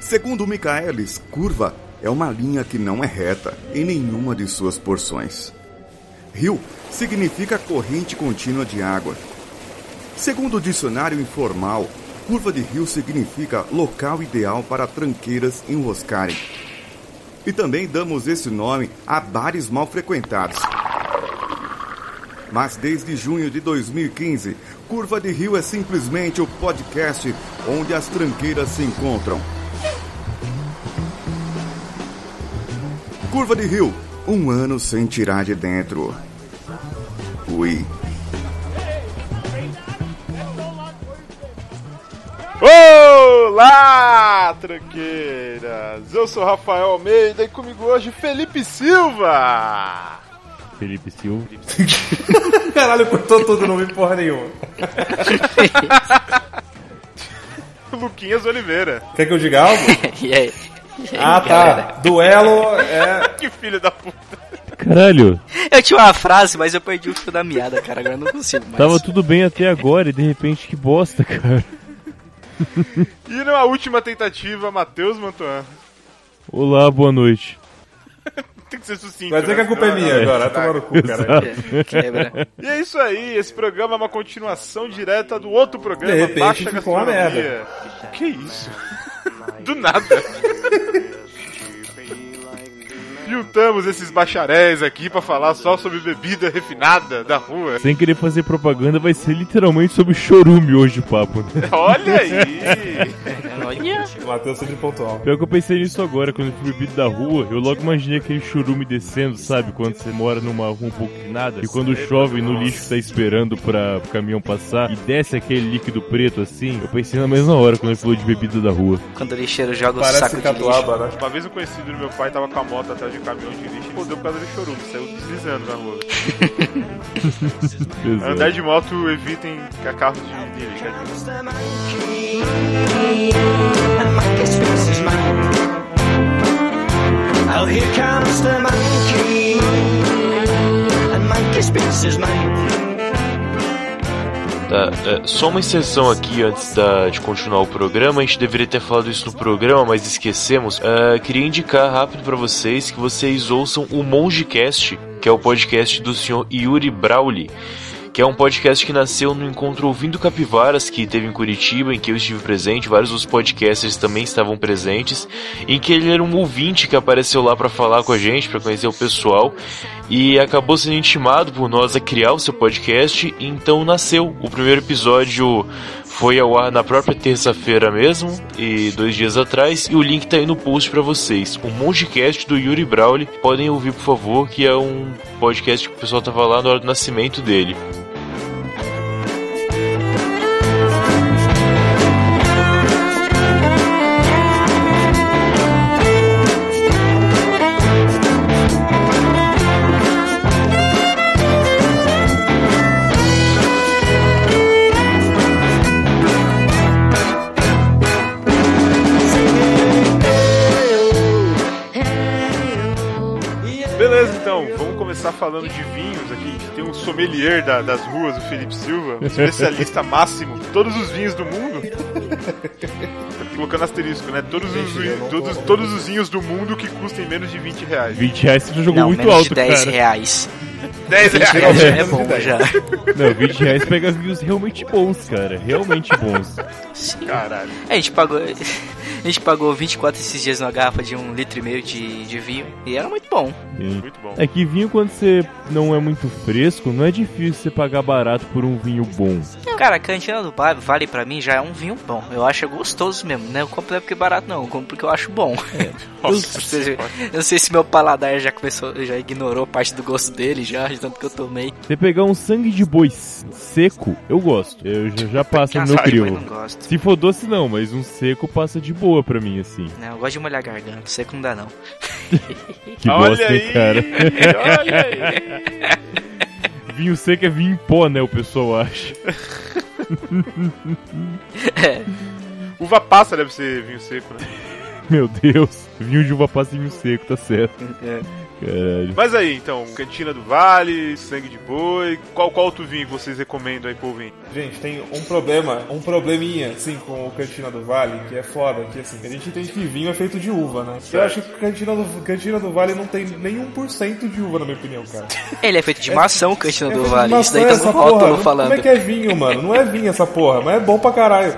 Segundo Michaelis, curva é uma linha que não é reta em nenhuma de suas porções. Rio significa corrente contínua de água. Segundo o dicionário informal, curva de rio significa local ideal para tranqueiras enroscarem. E também damos esse nome a bares mal frequentados. Mas desde junho de 2015, Curva de Rio é simplesmente o podcast onde as tranqueiras se encontram. Curva de Rio, um ano sem tirar de dentro. Ui. Olá, tranqueiras! Eu sou Rafael Almeida e comigo hoje Felipe Silva! Felipe Silva. Caralho, cortou todo o nome porra nenhuma. Luquinhas Oliveira. Quer que eu diga algo? E aí? Ah, tá. Duelo é. Que filho da puta! Caralho, Eu tinha uma frase, mas eu perdi o fio da meada, cara. Agora eu não consigo mais. tava tudo bem até agora e de repente que bosta, cara. E na última tentativa, Matheus Mantuan. Olá, boa noite. Tem que ser sucinto. Vai dizer que né? a culpa é Senão- minha agora, tomar no cu, cara. É, Quebra. E é isso aí, esse programa é uma continuação direta do outro programa, De repente Baixa ficou uma Gastronomia. Que isso? do nada. Juntamos esses bacharéis aqui pra falar só sobre bebida refinada da rua. Sem querer fazer propaganda, vai ser literalmente sobre chorume hoje o papo. né? Olha aí! É Olha. Matheus de pontual. Pior que eu pensei nisso agora, quando eu fui bebido da rua, eu logo imaginei aquele chorume descendo, sabe? Quando você mora numa rua um pouco inclinada e quando chove no lixo que tá esperando pra, pro caminhão passar e desce aquele líquido preto assim, eu pensei na mesma hora quando ele falou de bebida da rua. Quando o lixeiro joga o Parece um saco de lixo. catuaba, né? Uma vez um conhecido do meu pai tava com a moto atrás de um caminhão de lixo e rodou por causa do chorume, saiu deslizando na rua. Andar Exato. de moto, evitem ca- carros de de lixo. é difícil. Oh, here comes the monkey. A monkey speaks his mind. Tá, é, só uma inserção aqui antes da- de continuar o programa. A gente deveria ter falado isso no programa, mas esquecemos. Ah, queria indicar rápido pra vocês que vocês ouçam o Mongecast, que é o podcast do senhor Yuri Brauli. Que é um podcast que nasceu no encontro Ouvindo Capivaras, que teve em Curitiba, em que eu estive presente, vários dos podcasters também estavam presentes, em que ele era um ouvinte que apareceu lá pra falar com a gente, pra conhecer o pessoal, e acabou sendo intimado por nós a criar o seu podcast, e então nasceu. O primeiro episódio foi ao ar na própria terça-feira mesmo, e dois dias atrás, e o link tá aí no post pra vocês. O Mongecast do Yuri Brawley, podem ouvir por favor, que é um podcast que o pessoal tava lá na hora do nascimento dele. Beleza, então, vamos começar falando de vinhos aqui. A gente tem um sommelier da- das ruas, o Felipe Silva, um especialista máximo em todos os vinhos do mundo. Tá Colocando asterisco, né? Todos os, Gente, eu não todos, tô- todos os vinhos do mundo que custem menos de 20 reais. 20 reais você já jogou Não, muito menos alto, de 10 cara. reais. 10 20 reais! reais já é menos de bom 10. já. Não, 20 reais pega views realmente bons, cara. Realmente bons. Sim. Caralho. A gente pagou. A gente pagou 24 esses dias numa garrafa de um litro e meio de, de vinho. E era muito bom. Sim. Muito bom. É que vinho, quando você não é muito fresco, não é difícil você pagar barato por um vinho bom. Cara, a cantina do bar, vale pra mim já é um vinho bom. Eu acho gostoso mesmo, né? Eu compro não é porque é barato, não. Eu compro porque eu acho bom. É. Nossa, Ou seja, eu não sei se meu paladar já começou, já ignorou parte do gosto dele, já, de tanto que eu tomei. Você pegar um sangue de boi s- seco, eu gosto. Eu já, já passo no é meu Sabe, mas crivo. não gosto. Se for doce, não, mas um seco passa de boa pra mim, assim. Não, né? eu gosto de molhar a garganta, seco não dá não. Que olha bosta, hein, aí! cara. Olha aí! Vinho seco é vinho em pó, né? O pessoal acha. É, Uva passa deve ser vinho seco, né? Meu Deus. Vinho de uva passa e vinho seco, tá certo. Caralho. Mas aí, então, Cantina do Vale, Sangue de Boi, qual, qual outro vinho que vocês recomendam aí pro ouvinte? Gente, tem um problema, um probleminha, assim, com o Cantina do Vale, que é foda, que assim, a gente entende que vinho é feito de uva, né? Eu acho que Cantina do, Cantina do Vale não tem nenhum por cento de uva, na minha opinião, cara. Ele é feito de maçã, o Cantina do É Vale. Isso maçã daí tá no essa porra, rótulo não- falando. Como é que é vinho, mano? Não é vinho essa porra, mas é bom pra caralho.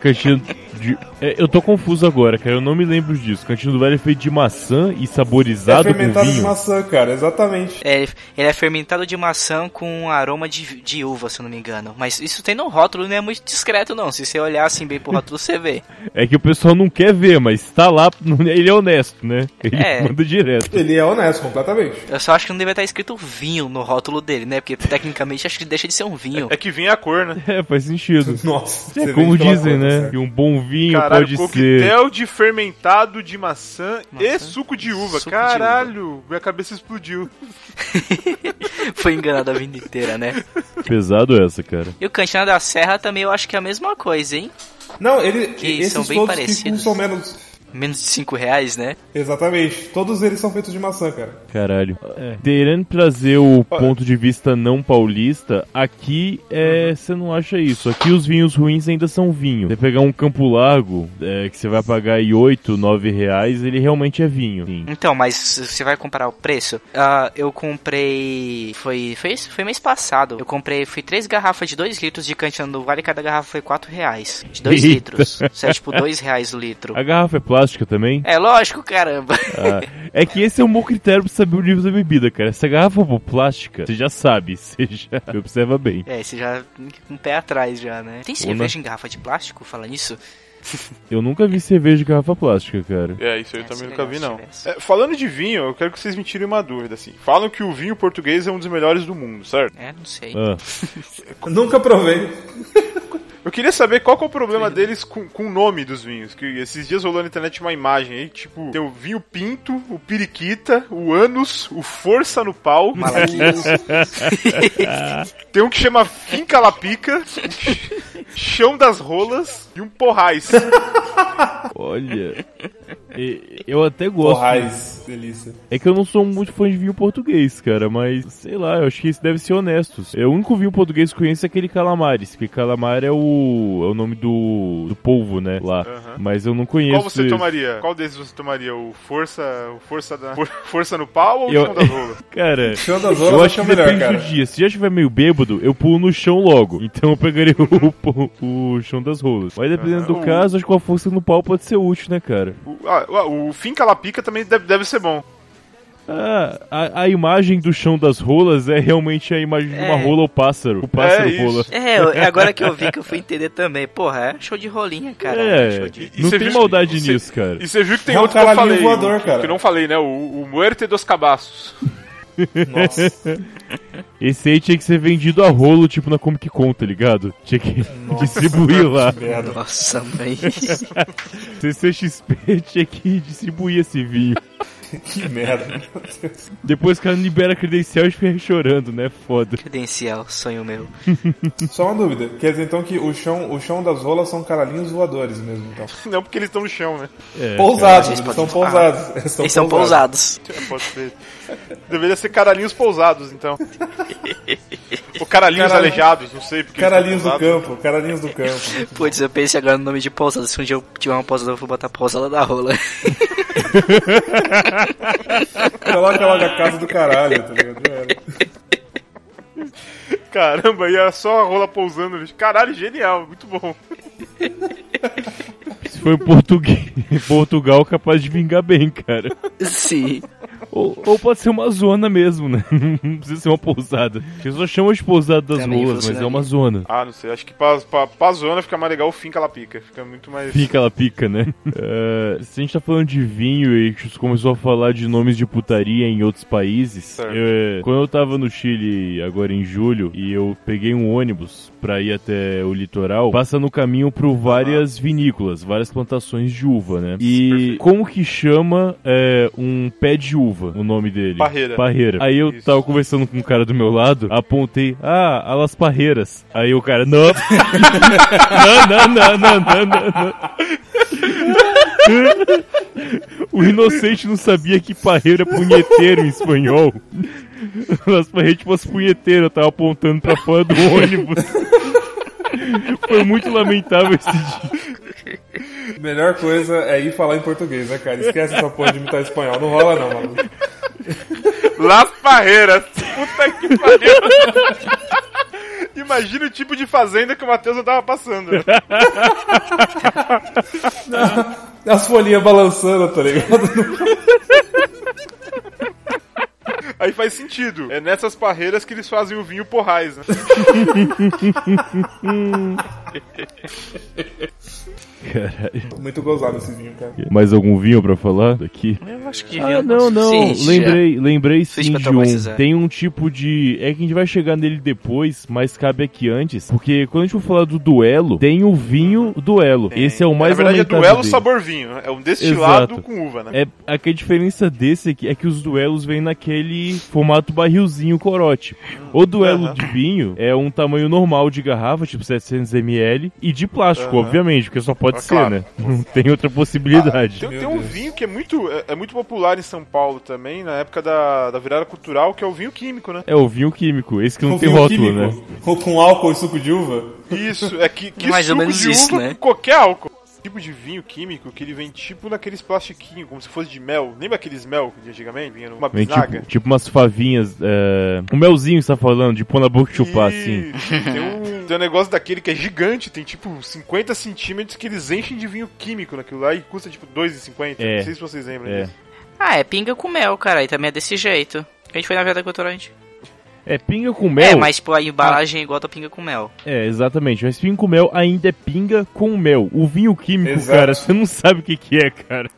Cantina de. É, eu tô confuso agora, cara. Eu não me lembro disso. Cantina do Velho é feito de maçã e É saborizado com fermentado de vinho. maçã, cara, exatamente. É, ele é fermentado de maçã com aroma de, de uva, se eu não me engano. Mas isso tem no rótulo, não é muito discreto, não. Se você olhar assim bem pro rótulo, você vê. É que o pessoal não quer ver, mas tá lá. Ele é honesto, né? Ele É. manda direto. Ele é honesto, completamente. Eu só acho que não deveria estar escrito vinho no rótulo dele, né? Porque tecnicamente acho que deixa de ser um vinho. É que vinha a cor, né? É, faz sentido. Nossa, você É vende como pela dizem, conta, né? certo? Que um bom vinho Caralho, pode ser. coquetel de fermentado de maçã, e Maçã. suco de uva. Suco de Caralho, minha cabeça explodiu. Foi enganado a vida inteira, né? Pesado essa, cara. E o Cantina da Serra também eu acho que é a mesma coisa, hein? Não, ele, Que esses são bem todos que parecidos. custam menos... Menos de 5 reais, né? Exatamente, todos eles são feitos de maçã, cara. Caralho. É. Querendo trazer o ponto de vista não paulista, aqui Uhum. é. Você não acha isso. Aqui os vinhos ruins ainda são vinho. Você pegar um Campo Largo, é, que você vai pagar aí 8, 9 reais, ele realmente é vinho. Sim. Então, mas se você vai comparar o preço? Ah, eu comprei. Foi, foi isso? Foi mês passado. Eu comprei. Foi três garrafas de 2 litros de cantina do vale. Cada garrafa foi 4 reais. De 2 Eita. litros. Isso é tipo 2 reais o litro. A garrafa é plástica também? É lógico, caramba. Ah, é que esse é um bom critério pra saber o nível da bebida, cara. Se a garrafa for plástica, você já sabe, você já observa bem. É, você já. Um pé atrás já, né? Tem cerveja em garrafa de plástico? Fala nisso? Eu nunca vi cerveja de garrafa plástica, cara. É, isso eu É, também seria nunca legal vi, se não. tivesse. É, falando de vinho, eu quero que vocês me tirem uma dúvida, assim. Falam que o vinho português é um dos melhores do mundo, certo? É, não sei. Ah, Nunca provei. Eu queria saber qual que é o problema deles com, com o nome dos vinhos. Que esses dias rolou na internet uma imagem aí, tipo, tem o vinho pinto, o periquita, o anus, o força no pau. Tem um que chama Finca Lapica, um que- Chão das Rolas e um Porrais. olha. E- Eu até gosto. Porrais, delícia. É que eu não sou muito fã de vinho português, cara, mas sei lá, eu acho que isso deve ser honesto. É, O único vinho português que eu conheço é aquele Calamares, porque Calamar é o, é o nome do, do polvo, né? Lá. Aham. Mas eu não conheço. Qual você esse. tomaria? Qual desses você tomaria? O Força, o força, da, for- força no pau ou o Eu- Chão das Rolas? Cara. Show das Eu horas acho é que o melhor, depende cara. do dia. Se já estiver meio bêbado, eu pulo no chão logo. Então eu pegaria o, po- o chão das rolas. Mas dependendo do Aham. caso, acho que uma força no pau pode ser útil, né, cara? O, ah, o- o Finca Lapica também deve, deve ser bom. Ah, a, a imagem do chão das rolas é realmente a imagem de uma É. rola ou pássaro. O pássaro É isso. rola. É, eu- é agora que eu vi que eu fui entender também. Porra, é show de rolinha, cara. É, show de... E não cê tem viu- maldade cê- nisso, cara. E você viu que tem É um outro que eu cavalinho falei. voador, cara. Que eu não falei, né? O, o Muerte dos Cabaços. Nossa, Esse aí tinha que ser vendido a rolo, tipo na Comic Con, tá ligado? Tinha que distribuir lá. merda. Nossa, mãe. CCXP tinha que distribuir esse vinho. Que merda. Meu Deus. Depois que cara não libera a credencial e fica chorando, né? Foda. Credencial, sonho meu. Só uma dúvida. Quer dizer então que o chão, o chão das rolas são caralhinhos voadores mesmo, então. Não, porque eles estão no chão, né? É, Pousados, Vocês eles podem são falar. pousados. Eles Ah, Eles são pousados. É, Pode ser. Deveria ser caralhinhos pousados, então. Ou caralhinhos Caralho- aleijados, não sei. Porque Caralhinhos do pousados. campo, caralhinhos do campo. Putz, eu pensei agora no nome de pousada. Se um dia eu tiver uma pousada, eu vou botar pousada da rola. Coloca logo a casa do caralho, tá ligado? Já era. Caramba, e era só a rola pousando. bicho. Caralho, genial, muito bom. Se foi português, Portugal capaz de vingar bem, cara. Sim. Ou, ou pode ser uma zona mesmo, né? Não precisa ser uma pousada. As pessoas chamam de pousada das Também rolas, mas é funcionaria. uma zona. Ah, não sei, acho que pra, pra, pra zona fica mais legal o Finca La Pica. Fica muito mais... Pica, ela pica, né? Eh, se a gente tá falando de vinho e a gente começou a falar de nomes de putaria em outros países, Certo. eh, quando eu tava no Chile agora em julho e eu peguei um ônibus pra ir até o litoral, passa no caminho por várias vinícolas, várias plantações de uva, né? E Perfeito. como que chama eh, um pé de uva, o nome dele? Parreira. Parreira. Aí eu Isso. tava conversando com um cara do meu lado, apontei, ah, alas parreiras. Aí o cara, não, não, não, não, não, não, não. O inocente não sabia que parreiro é punheteiro em espanhol. Nosso parreiro tipo as punheteiras, eu tava apontando pra fora do ônibus. Foi muito lamentável esse dia. Melhor coisa é ir falar em português, né, cara? Esquece essa porra de imitar espanhol. Não rola, não, maluco. Las Parreiras. Puta que pariu. Imagina o tipo de fazenda que o Matheus andava passando. né? As folhinhas balançando, tá ligado? Aí faz sentido. É nessas parreiras que eles fazem o vinho porrais, né? Caralho. Muito gozado esse vinho, cara. Mais algum vinho pra falar daqui? Eu acho que Ah, viu, não, não. suficiente, lembrei, lembrei sim Suficiente de pra um. traumatizar. Tem um tipo de. É que a gente vai chegar nele depois, mas cabe aqui antes. Porque quando a gente for falar do duelo, tem o vinho duelo. Esse é o Na mais verdade é lamentável duelo dele. sabor vinho. né? É um destilado Exato. com uva, né? É, a que a diferença desse aqui é que os duelos vêm naquele formato barrilzinho corote. O duelo Aham. de vinho é um tamanho normal de garrafa, tipo 700ml, e de plástico, Aham. obviamente, porque só pode Ah, ser, claro. né? Não tem outra possibilidade. Tem, Meu tem um Deus. vinho que é muito, é, é muito popular em São Paulo também, na época da, da virada cultural, que é o vinho químico, né? É o vinho químico, esse que não Com tem vinho rótulo, né? Ou com álcool e suco de uva. Isso, é que, que Mais ou suco menos de isso, uva né? com qualquer álcool. Tipo de vinho químico que ele vem tipo naqueles plastiquinhos, como se fosse de mel. Lembra aqueles mel que antigamente vinha numa Vem bisnaga? tipo, tipo umas favinhas. É... O melzinho que você tá falando, de pôr na boca e chupar, assim. Isso, Tem um, tem um negócio daquele que é gigante, tem tipo 50 centímetros que eles enchem de vinho químico naquilo lá e custa tipo 2,50. É. Não sei se vocês lembram É. disso. Ah, é pinga com mel, cara. E também é desse jeito. A gente foi na verdade cultural, a gente. É pinga com mel. É, mas tipo, a embalagem é igual da pinga com mel. É, exatamente. Mas pinga com mel ainda é pinga com mel. O vinho químico, Exato. cara, você não sabe o que que é, cara.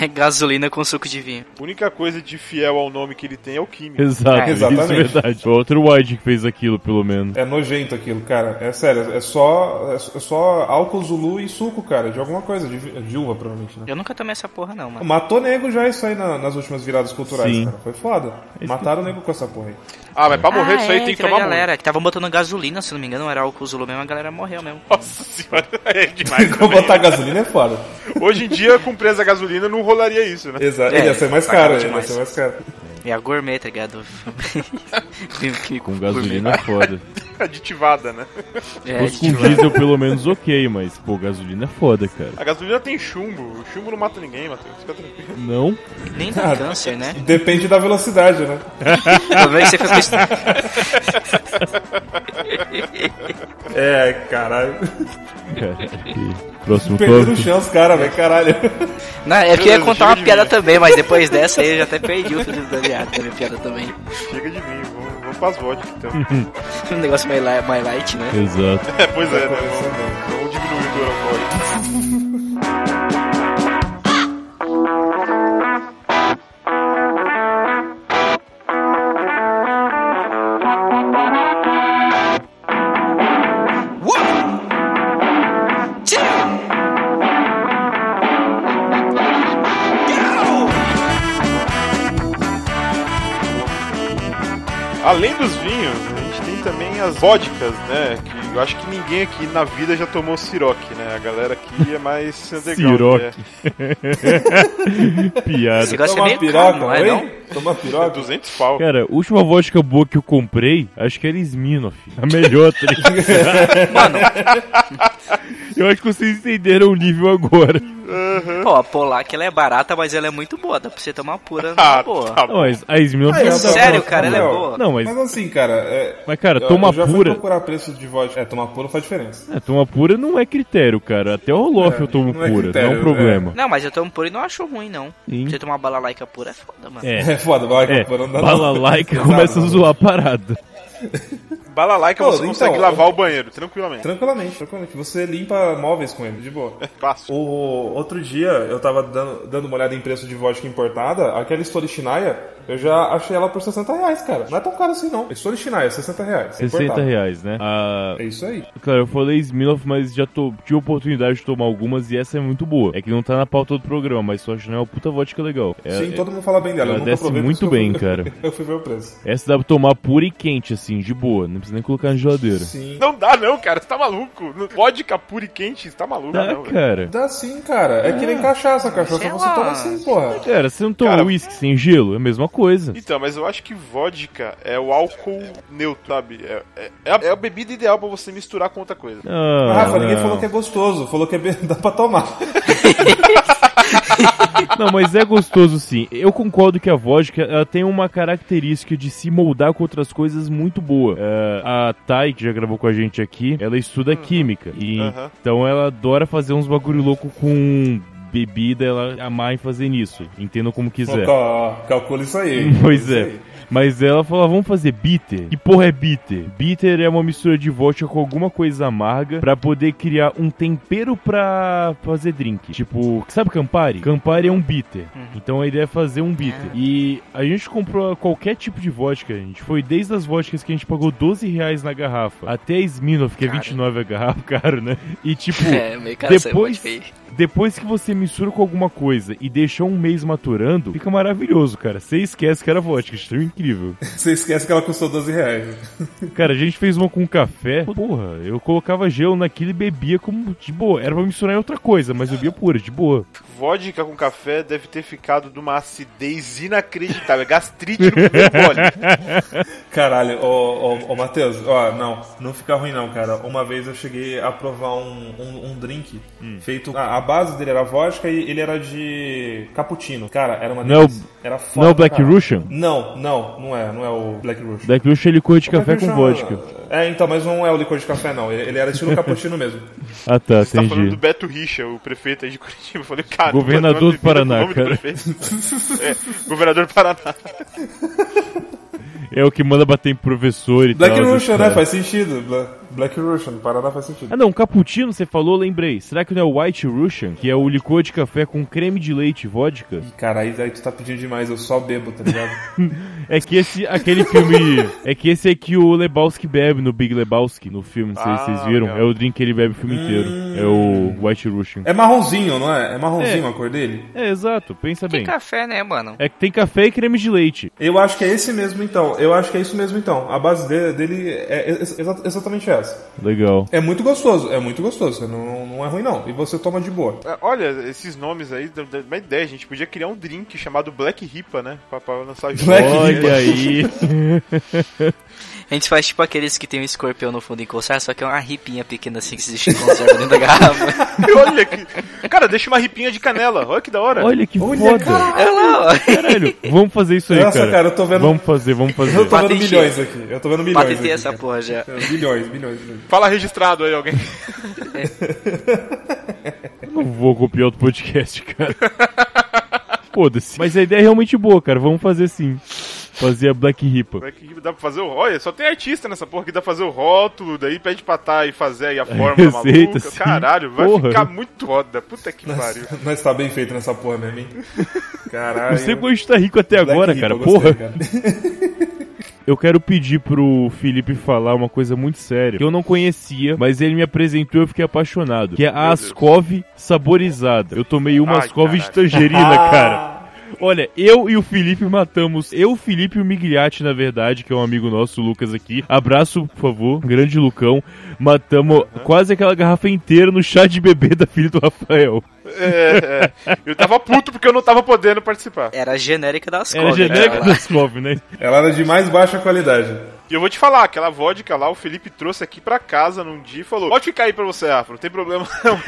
É gasolina com suco de vinho. A única coisa de fiel ao nome que ele tem é o químico. Exato, É, isso é exatamente. verdade. Foi outro White que fez aquilo, pelo menos. É nojento aquilo, cara. É sério, é só, é só álcool Zulu e suco, cara, de alguma coisa, de, vi- de uva, provavelmente, né? Eu nunca tomei essa porra, não, mano. Matou nego já isso aí na- nas últimas viradas culturais, Sim. cara. Foi foda. Mataram o nego com essa porra aí. Ah, mas pra morrer disso aí tem que tomar é, a muito. galera que tava botando gasolina, se não me engano, era álcool Zulu mesmo, a galera morreu mesmo. Nossa senhora, é demais. Vou botar gasolina é foda. Hoje em dia, com preço da gasolina, não rolaria isso, né? Exato. É, ele ia ser mais caro, ele ia demais. ser mais caro. É a gourmet, tá ligado? Vinho que- Com gasolina é foda. Aditivada, né? É, Os com tipo, diesel, pelo menos, ok, mas, pô, gasolina é foda, cara. A gasolina tem chumbo. O chumbo não mata ninguém, Matheus. Fica tranquilo. Não? nem dá câncer, né? Depende da velocidade, né? Talvez você fez É, caralho. Cara, próximo Perdi no tópico. chão os caras, velho, caralho. Não, é porque eu ia Beleza, contar chega uma de piada mim. também, mas depois dessa aí eu já até perdi o filho da piada, da minha piada também. Chega de vinho. Vamos, vamos pras vodka, então. Um negócio mais, li- mais light, né? Exato. É, pois é, né? Vamos, vamos diminuir o teor alcoólico. Além dos vinhos, a gente tem também as vodkas, né? Que eu acho que ninguém aqui na vida já tomou siroque, né? A galera aqui é mais underground. Siroque. né? Esse Piada. negócio é Tomar meio piroca, caro, não é não? oi? Tomar É piroca. 200 pau. Cara, a última vodka boa que eu comprei, acho que era Smirnoff. A melhor, tá ligado? Mano, Eu acho que vocês entenderam o nível agora. pô, a Polac ela é barata, mas ela é muito boa, dá pra você tomar pura, Ah, tá boa. tá Não, mas a Smirnoff Ah, é eu boa. Sério, bom, cara, ela é Samuel. boa. Não, mas, Mas assim, cara, é... mas cara, eu- toma eu já pura. Fui procurar preço de vodka. É, tomar pura faz diferença. É, toma pura não é critério, cara. Até o Roloff É, eu tomo não é pura, critério, não é um problema. Não, mas eu tomo pura e não acho ruim, não. Sim. Você tomar balalaica pura é foda, mano. É, É foda, balalaica é. pura não dá Balalaica não. começa a Não, É não. zoar a parada. Balalaika Pô, você então, consegue eu- lavar o banheiro, tranquilamente. Tranquilamente, tranquilamente. Você limpa móveis com ele, de boa. Fácil. O outro dia eu tava dando, dando uma olhada em preço de vodka importada, aquela Stolichnaya, eu já achei ela por 60 reais, cara. Não é tão caro assim não. Stolichnaya, 60 reais. 60 importada. reais, né? Ah, É isso aí. claro, eu falei Smirnoff, mas já to- tive oportunidade de tomar algumas e essa é muito boa. É que não tá na pauta do programa, mas só acho que não é uma puta vodka legal. É, Sim, é- todo mundo fala bem dela. ela eu nunca desce provei, por muito isso que eu bem, fui- cara. eu fui ver o preço. Essa dá pra tomar pura e quente, assim, de boa. Não precisa nem colocar na geladeira. Sim. Não dá, não, cara. Você tá maluco? Não- Vodka pura e quente, você tá maluco, Tá, não, velho. cara. Dá sim, cara. É que nem cachaça, cachaça Sei você lá. toma assim, porra. Cara, você não toma Cara- uísque sem gelo? É a mesma coisa. Então, mas eu acho que vodka é o álcool neutro, sabe? É, é- é a, é a bebida ideal pra você misturar com outra coisa. Ah, Rafa, não. ninguém falou que é gostoso, falou que é bem- dá pra tomar. Não, mas é gostoso sim. Eu concordo que a vodka ela tem uma característica de se moldar com outras coisas muito boa. É, a Thay, que já gravou com a gente aqui, ela Hum, estuda química. E Aham. Então ela adora fazer uns bagulho louco com bebida, ela amar em fazer nisso. Entenda como quiser. Ó, calcula isso aí. é. Pois Isso é. aí. Mas ela falou, "Ah, vamos fazer bitter. Que porra é bitter? Bitter é uma mistura de vodka com alguma coisa amarga pra poder criar um tempero pra fazer drink. Tipo, sabe Campari? Campari é um bitter. Então a ideia é fazer um bitter. E a gente comprou qualquer tipo de vodka, gente. Foi desde as vodkas que a gente pagou 12 reais na garrafa, até a Smirnoff, que é Cara. 29 a garrafa, caro, né? E tipo... É, meio cara, você depois- pode ver. Depois que você mistura com alguma coisa e deixou um mês maturando, fica maravilhoso, cara. Você esquece que era vodka, isso é incrível. Você esquece que ela custou 12 reais. Cara, a gente fez uma com café. Porra, eu colocava gelo naquilo e bebia como de boa. Era pra misturar em outra coisa, mas eu bebia pura, de boa. Vodka com café deve ter ficado de uma acidez inacreditável. É Gastrite no primeiro gole. Caralho, ô, ô, ô Matheus, ó, não, não fica ruim não, cara. Uma vez eu cheguei a provar um, um, um drink Hum. feito. A, a base dele era vodka e ele era de cappuccino. Cara, era uma Não é o- delícia. Era foda, Não é o Black cara. Russian? Não, não, não é, não é o Black Russian. Black Russian é licor de café Black com Russian- vodka. É, então, mas não é o licor de café, não. Ele ele era estilo cappuccino mesmo. Ah tá, Você tá falando do entendi. Beto Richa, o prefeito aí de Curitiba. Eu falei, cara, Governador tô do Paraná, tomando bebida com o nome do prefeito. É, governador do Paraná. É o que manda bater em professor e Black tal. essas Russian, né? paradas. Faz sentido. Bla- Black Russian, Paraná faz sentido. Ah não, cappuccino você falou, lembrei. Será que não é o White Russian? Que é o licor de café com creme de leite e vodka? Cara, aí, aí tu tá pedindo demais, eu só bebo, tá ligado? É que esse, aquele filme. é que esse é que o Lebowski bebe no Big Lebowski, no filme, não sei se vocês Ah, viram. legal. É o drink que ele bebe o filme inteiro. É o White Russian. É marronzinho, não é? É marronzinho É. a cor dele? É, exato, pensa Tem bem. café, né, mano? É que tem café e creme de leite. Eu acho que é esse mesmo então. Eu acho que é isso mesmo então. A base de- dele é ex- exa- exatamente essa. Legal. É muito gostoso, é muito gostoso. Não, não é ruim não. E você toma de boa. Ah, Olha, esses nomes aí, dá- dá uma ideia, a gente podia criar um drink chamado Black Ripa, né? Pra, pra lançar junto. Black Olha aí. A gente faz tipo aqueles que tem um escorpião no fundo encostado, só que é uma ripinha pequena assim que se conserva dentro da garrafa. Olha que. Cara, deixa uma ripinha de canela. Olha que da hora. Olha que Olha, foda. cara. Olha lá, ó. Caralho, vamos fazer isso aí, Nossa, cara. cara, eu tô vendo- Vamos fazer, vamos fazer. Eu tô vendo Patentei. milhões aqui. Eu tô vendo milhões. Patentei aqui, essa cara. porra já. É, Bilhões, bilhões, bilhões. Fala registrado aí, alguém. Eu não vou copiar outro podcast, cara. Foda-se. Mas a ideia é realmente boa, cara. Vamos fazer sim. Fazer a Black Ripa. Black Ripa dá pra fazer o. Olha, só tem artista nessa porra que dá pra fazer o rótulo, daí pede pra tá e fazer aí a fórmula receita, maluca. sim. Caralho, vai Porra. ficar muito roda. Puta que pariu. Mas tá bem feito nessa porra mesmo, hein? Caralho. Não sei como a gente tá rico até né? Black agora, Ripple, cara. eu gostei, Porra. Eu quero pedir pro Felipe falar uma coisa muito séria, que eu não conhecia, mas ele me apresentou e eu fiquei apaixonado. Que é a Deus. Ascov saborizada. Eu tomei uma Ai, Ascov de caralho. tangerina, cara. Olha, eu e o Felipe matamos. Eu, o Felipe e o Migliati, na verdade, que é um amigo nosso, o Lucas aqui. Abraço, por favor. Grande Lucão. Matamos quase aquela garrafa inteira no chá de bebê da filha do Rafael. É, é. Eu tava puto porque eu não tava podendo participar. Era a genérica das Era a cobras. genérica cara, da lá. Ascov, né? Ela era de mais baixa qualidade. E eu vou te falar, aquela vodka lá, o Felipe trouxe aqui pra casa num dia e falou: Pode ficar aí pra você, Afro, não tem problema não.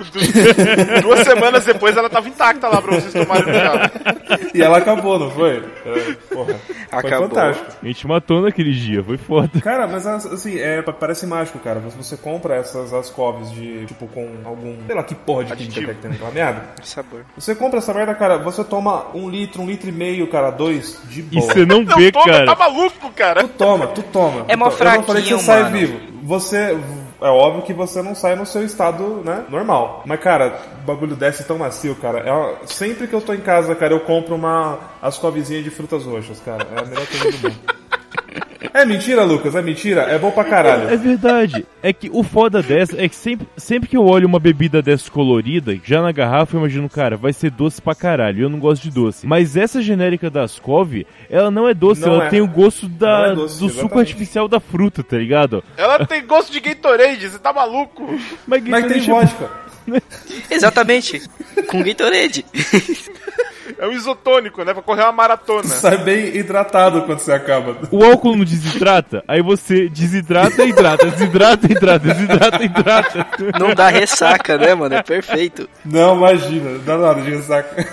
Du- Duas semanas depois ela tava intacta lá pra vocês tomarem no chá. E ela acabou, não foi? É, Porra. Foi Acabou. fantástico. A gente matou naquele dia, foi foda. Cara, mas as- assim, é, pa- parece mágico, cara. Mas você compra essas ascovs de, tipo, com algum. Sei lá que porra de Aditivo. química que tem naquela merda. Sabor. Você compra essa merda, cara, você toma um litro, um litro e meio, cara, dois, de E boa. você não Não, vê, toma, cara. tá maluco, cara. Tu toma, tu toma. É tu mó toma. Eu não falei que você fraquinho, sai mano. vivo. Você. É óbvio que você não sai no seu estado, né, normal. Mas, cara, o bagulho desce tão macio, cara. É uma- Sempre que eu tô em casa, cara, eu compro uma ascovizinha de frutas roxas, cara. É a melhor coisa do mundo. É mentira, Lucas, é mentira. É bom pra É caralho. verdade. É que o foda dessa é que sempre, sempre que eu olho uma bebida dessa colorida, já na garrafa, eu imagino, cara, vai ser doce pra caralho. Eu não gosto de doce. Mas essa genérica da Ascov, ela não é doce, Não ela é. tem o gosto da, Não é doce, do suco exatamente. artificial da fruta, tá ligado? Ela tem gosto de Gatorade, você tá maluco? Mas, Mas isso é tipo, tem deixa- é vodka. Exatamente. Com Gatorade. É um isotônico, né? Pra correr uma maratona. Sai bem hidratado quando você acaba. O álcool não desidrata, aí você desidrata, hidrata, desidrata, hidrata, desidrata, hidrata. Não dá ressaca, né, mano? É perfeito. Não, imagina, não dá nada de ressaca.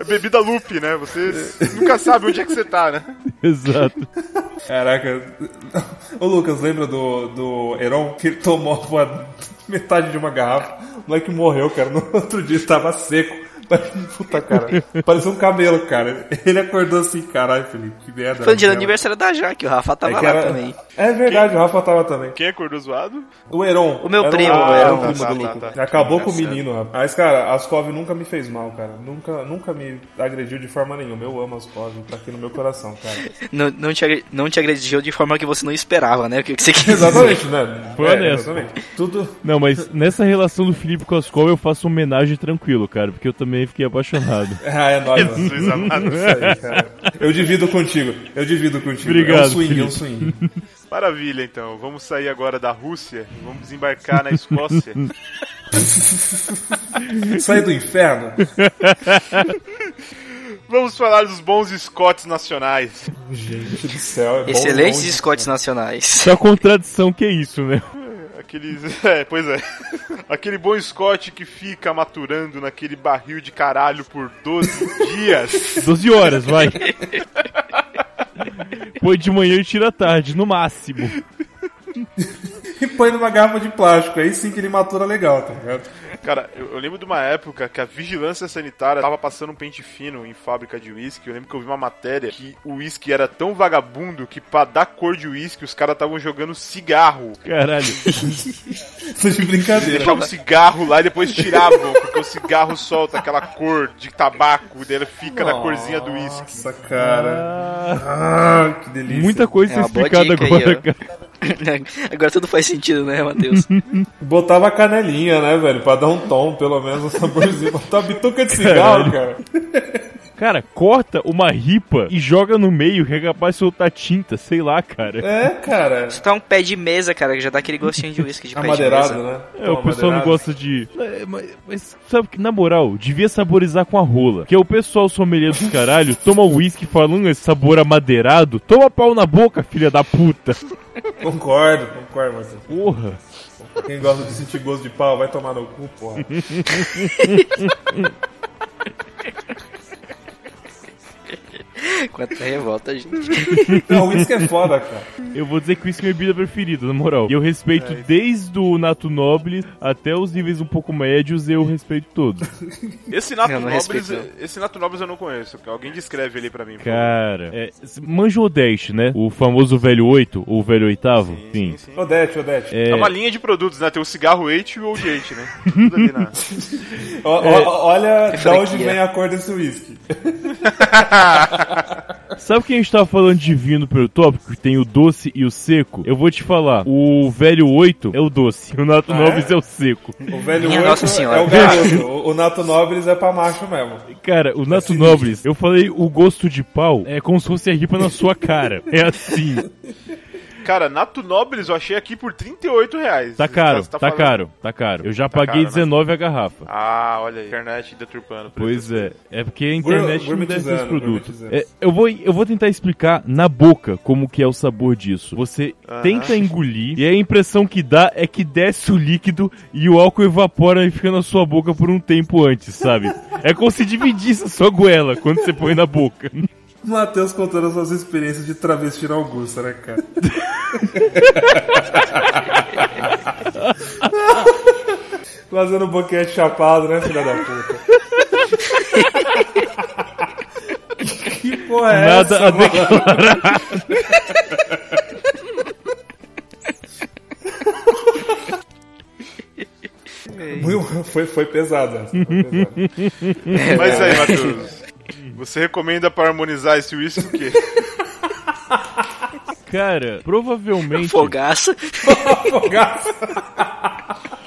É bebida loop, né? Você nunca sabe onde é que você tá, né? Exato. Caraca. Ô Lucas, lembra do, do Heron? Que ele tomou uma- metade de uma garrafa. O moleque morreu, cara. No outro dia estava seco. Mas, Puta, cara. Parecia um camelo, cara. Ele acordou assim, caralho, Felipe, que merda. Foi no dia Era do um camelo. aniversário da Jaque, o Rafa tava É que lá era- também. É verdade, o Rafa tava também. Quem acordou zoado? O Heron. O meu Era primo, ah, o Heron. era Tá, primo tá, do tá, Lucas. tá. Acabou com o Engraçado. menino, rapaz. Mas, cara, Ascov nunca me fez mal, cara. Nunca, nunca me agrediu de forma nenhuma. Eu amo Ascov, tá aqui no meu coração, cara. Não, não, te, agre- não te agrediu de forma que você não esperava, né? O que que você quis dizer. Exatamente, né? Foi honesto. exatamente. Tudo. Não, mas nessa relação do Felipe com a Ascov eu faço uma homenagem tranquilo, cara, porque eu também fiquei apaixonado. Ah, é nóis, mano. Jesus amado. Isso aí, cara. Eu divido contigo. Eu divido contigo. Obrigado, É um swing, é um Felipe. swing. Maravilha, então. Vamos sair agora da Rússia e vamos embarcar na Escócia. Sai do inferno. vamos falar dos bons escotes nacionais. Gente do céu. É bom, Excelentes bom. escotes nacionais. Só Tá contradição que é isso, né? Aqueles. É, pois é. Aquele bom Scott que fica maturando naquele barril de caralho por 12 dias. 12 horas, vai. Põe de manhã e tira à tarde, no máximo. E põe numa garrafa de plástico. Aí sim que ele matura legal, tá ligado? Cara, eu, eu lembro de uma época que a vigilância sanitária tava passando um pente fino em fábrica de uísque. Eu lembro que eu vi uma matéria que o uísque era tão vagabundo que pra dar cor de uísque os caras estavam jogando cigarro. Caralho. Isso é de brincadeira. Deixavam um cigarro lá e depois tiravam, porque o cigarro solta aquela cor de tabaco, daí ela fica na corzinha do uísque. Nossa, cara. Ah, Ah, que delícia. muita coisa É uma boa explicada dica aí, agora, ó. cara. Agora tudo faz sentido, né, Matheus? Botava a canelinha, né, velho? Pra dar um tom, pelo menos, um saborzinho. Botava bituca de cigarro, cara. Cara, corta uma ripa e joga no meio, que é capaz de soltar tinta, sei lá, cara. É, cara. Só tá um pé de mesa, cara, que já dá aquele gostinho de uísque de pé de Amadeirado, mesa. né? É, o pessoal não gosta de. É, mas, mas sabe que, na moral, devia saborizar com a rola. Que é o pessoal sommelier dos caralho toma um uísque falando esse sabor amadeirado. Toma pau na boca, filha da puta. Concordo, concordo, Marcelo. Porra. Quem gosta de sentir gosto de pau vai tomar no cu, porra. Quanta revolta, gente. Não, o uísque é foda, cara. Eu vou dizer que isso é minha bebida preferida, na moral. E eu respeito desde o Nato Noble até os níveis um pouco médios, eu respeito todos. Esse Nato Eu não Nobres, respeito. esse Nato Nobres eu não conheço. Alguém descreve ele pra mim. por favor. Cara, é, c- manja o Odeste, né? O famoso velho 8 ou velho oitavo? Sim. Odete, Odete. É, É uma linha de produtos, né? Tem o cigarro 8 e o Old 8, né? Tudo ali na... É. O- o- olha da franquia. onde vem a cor desse uísque. sabe que a gente tava falando de vinho no primeiro tópico? Que tem o doce e o seco? Eu vou te falar. O velho 8 é o doce. O Nato Nobres é? o seco. O velho Minha oito Nossa é Senhora. o garoto. O, o Nato Nobres é pra macho mesmo. Cara, o Nato Nobres, eu falei o gosto de pau é como se fosse a ripa na sua cara. É assim. Cara, Nato Nobres eu achei aqui por 38 reais. Tá caro, Você tá, falando- caro, tá caro. Eu já paguei caro, né? 19 a garrafa. Ah, olha aí. Internet deturpando. o preço. Pois é, é porque a internet não deve ter esse Gourmetizando, produto. gourmetizando. É, eu, vou, eu vou tentar explicar na boca como que é o sabor disso. Você Ah. tenta engolir e a impressão que dá é que desce o líquido e o álcool evapora e fica na sua boca por um tempo antes, sabe? É como se dividisse a sua goela quando você põe na boca. O Matheus contando as suas experiências de travesti na Augusta, né, cara? Fazendo um boquete chapado, né, filha da puta? que porra é Nada essa? a declarar. Muito- Foi, foi pesado essa. Foi pesado. Mas é. aí, Matheus. Você recomenda pra harmonizar esse uísque o quê? Cara, provavelmente. Fogaça.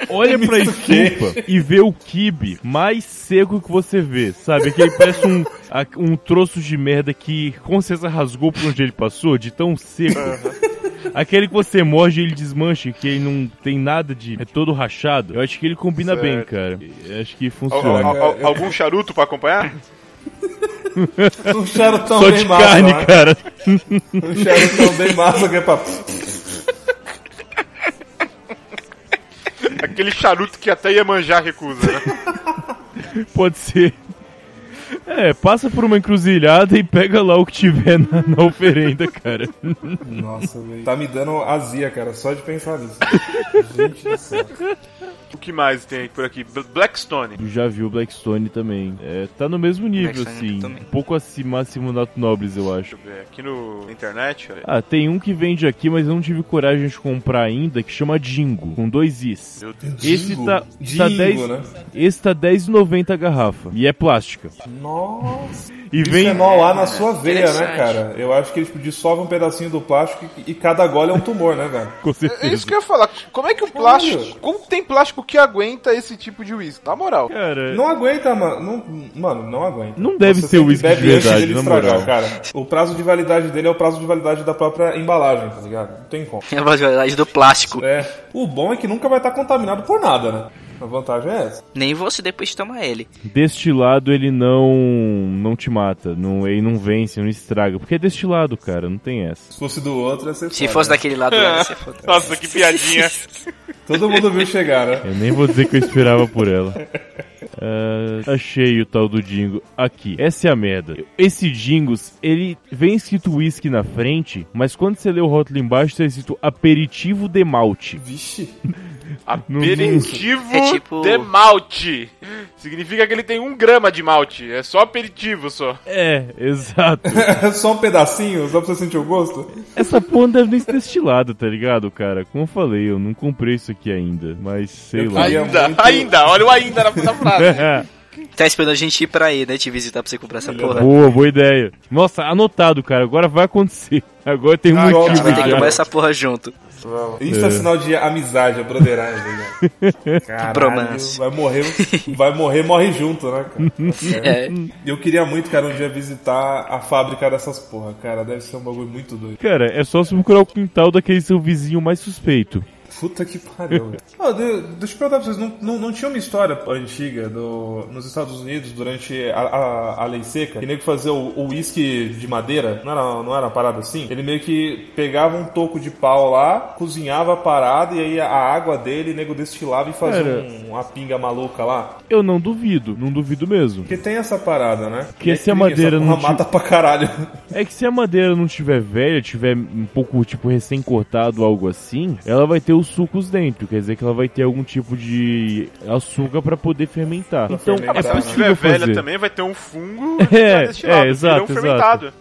Olha pra estufa e vê o kibe mais seco que você vê, sabe? Que ele parece um, a- um troço de merda que com certeza rasgou por onde ele passou, de tão seco. Aquele que você morde e ele desmancha, que ele não tem nada de. é todo rachado. Eu acho que ele combina bem, cara. Eu acho que Al- al- funciona. al- al- algum charuto pra acompanhar? Um charutão Só bem de massa. carne, né? cara. Um charutão bem massa que é pra. Aquele charuto que até ia manjar recusa, né? Pode ser. É, passa por uma encruzilhada e pega lá o que tiver na, na oferenda, cara. Nossa, velho. Tá me dando azia, cara, só de pensar nisso. Gente do céu. O que mais tem por aqui? Bl- Blackstone. Eu já vi o Blackstone também. É, tá no mesmo nível, Blackstone assim. também. Um pouco acima, acima do Nato Nobres, eu acho. Deixa eu ver. Aqui no na internet, olha. Ah, tem um que vende aqui, mas eu não tive coragem de comprar ainda, que chama Dingo, com dois Is. Meu Deus. Esse Dingo? tá, tá Dingo, 10, né? esse tá 10,90 a garrafa. E é plástica. Nossa. E vem. é Bisfenol A na sua veia, né, Interessante. cara? Eu acho que eles dissolvem um pedacinho do plástico e, e cada gole é um tumor, né, velho? Com É isso certeza. que eu ia falar. Como é que o plástico. Caralho. Como tem plástico que aguenta esse tipo de uísque? Na moral. Cara, Não aguenta, mano. Não, mano, não aguenta. Não deve ser tem que whisky beber de verdade, antes dele na estragar, moral. cara. O prazo de validade dele é o prazo de validade da própria embalagem, tá ligado? Não tem como. É a validade do plástico. É. O bom é que nunca vai estar contaminado por nada, né? A vantagem é essa. Nem você depois de tomar ele. destilado ele não não te mata, não, ele não vence, não estraga, porque é destilado, cara, não tem essa. Se fosse do outro, ia ser Se foda, fosse né? daquele lado, lá, você foda. Nossa, que piadinha. Todo mundo viu chegar, né? Eu nem vou dizer que eu esperava por ela. Ah, achei o tal do Dingo. Aqui, essa é a merda. Esse Dingos, ele vem escrito whisky na frente, mas quando você lê o rótulo embaixo, tá escrito aperitivo de malte. Vixe. Aperitivo É tipo- de malte. Significa que ele tem um grama de malte. É só aperitivo só. É, exato. É só um pedacinho, só pra você sentir o gosto. Essa porra não deve nem ser destilada, tá ligado, cara? Como eu falei, eu não comprei isso aqui ainda, mas sei Eu lá. queria- Ainda, muito- ainda. Olha o ainda na, na É, frase. Tá esperando a gente ir pra aí, né? Te visitar pra você comprar essa porra. É. Boa, boa ideia. Nossa, anotado, cara. Agora vai acontecer. Agora tem um Ah, A gente motivo vai ter que Obrigado. comprar já. essa porra junto. Isso é, sinal de amizade, é broderagem, né? Caralho, Bromance. Vai morrer, vai morrer, morre junto, né, cara? É. Eu queria muito, cara, um dia visitar a fábrica dessas porra, cara. Deve ser um bagulho muito doido. Cara, é só se procurar o quintal daquele seu vizinho mais suspeito. Puta que pariu. velho. Ó, de- deixa eu perguntar pra vocês, não, não, não tinha uma história antiga do, nos Estados Unidos durante a, a, a lei seca? Que nem que fazia o o uísque de madeira, não era, não era uma parada assim? Ele meio que pegava um toco de pau lá, cozinhava a parada e aí a água dele, o nego destilava e fazia Cara. um- uma pinga maluca lá. Eu não duvido, não duvido mesmo. Porque tem essa parada, né? Porque E se a incrível, madeira essa não porra ti- mata pra caralho. É que se a madeira não tiver velha, tiver um pouco, tipo, recém-cortado ou algo assim, ela vai ter os sucos dentro. Quer dizer que ela vai ter algum tipo de açúcar pra poder fermentar. Então, é fermentar, né? Se tiver possível velha fazer. também, vai ter um fungo. É, já destilado, é, vira exato, um fermentado.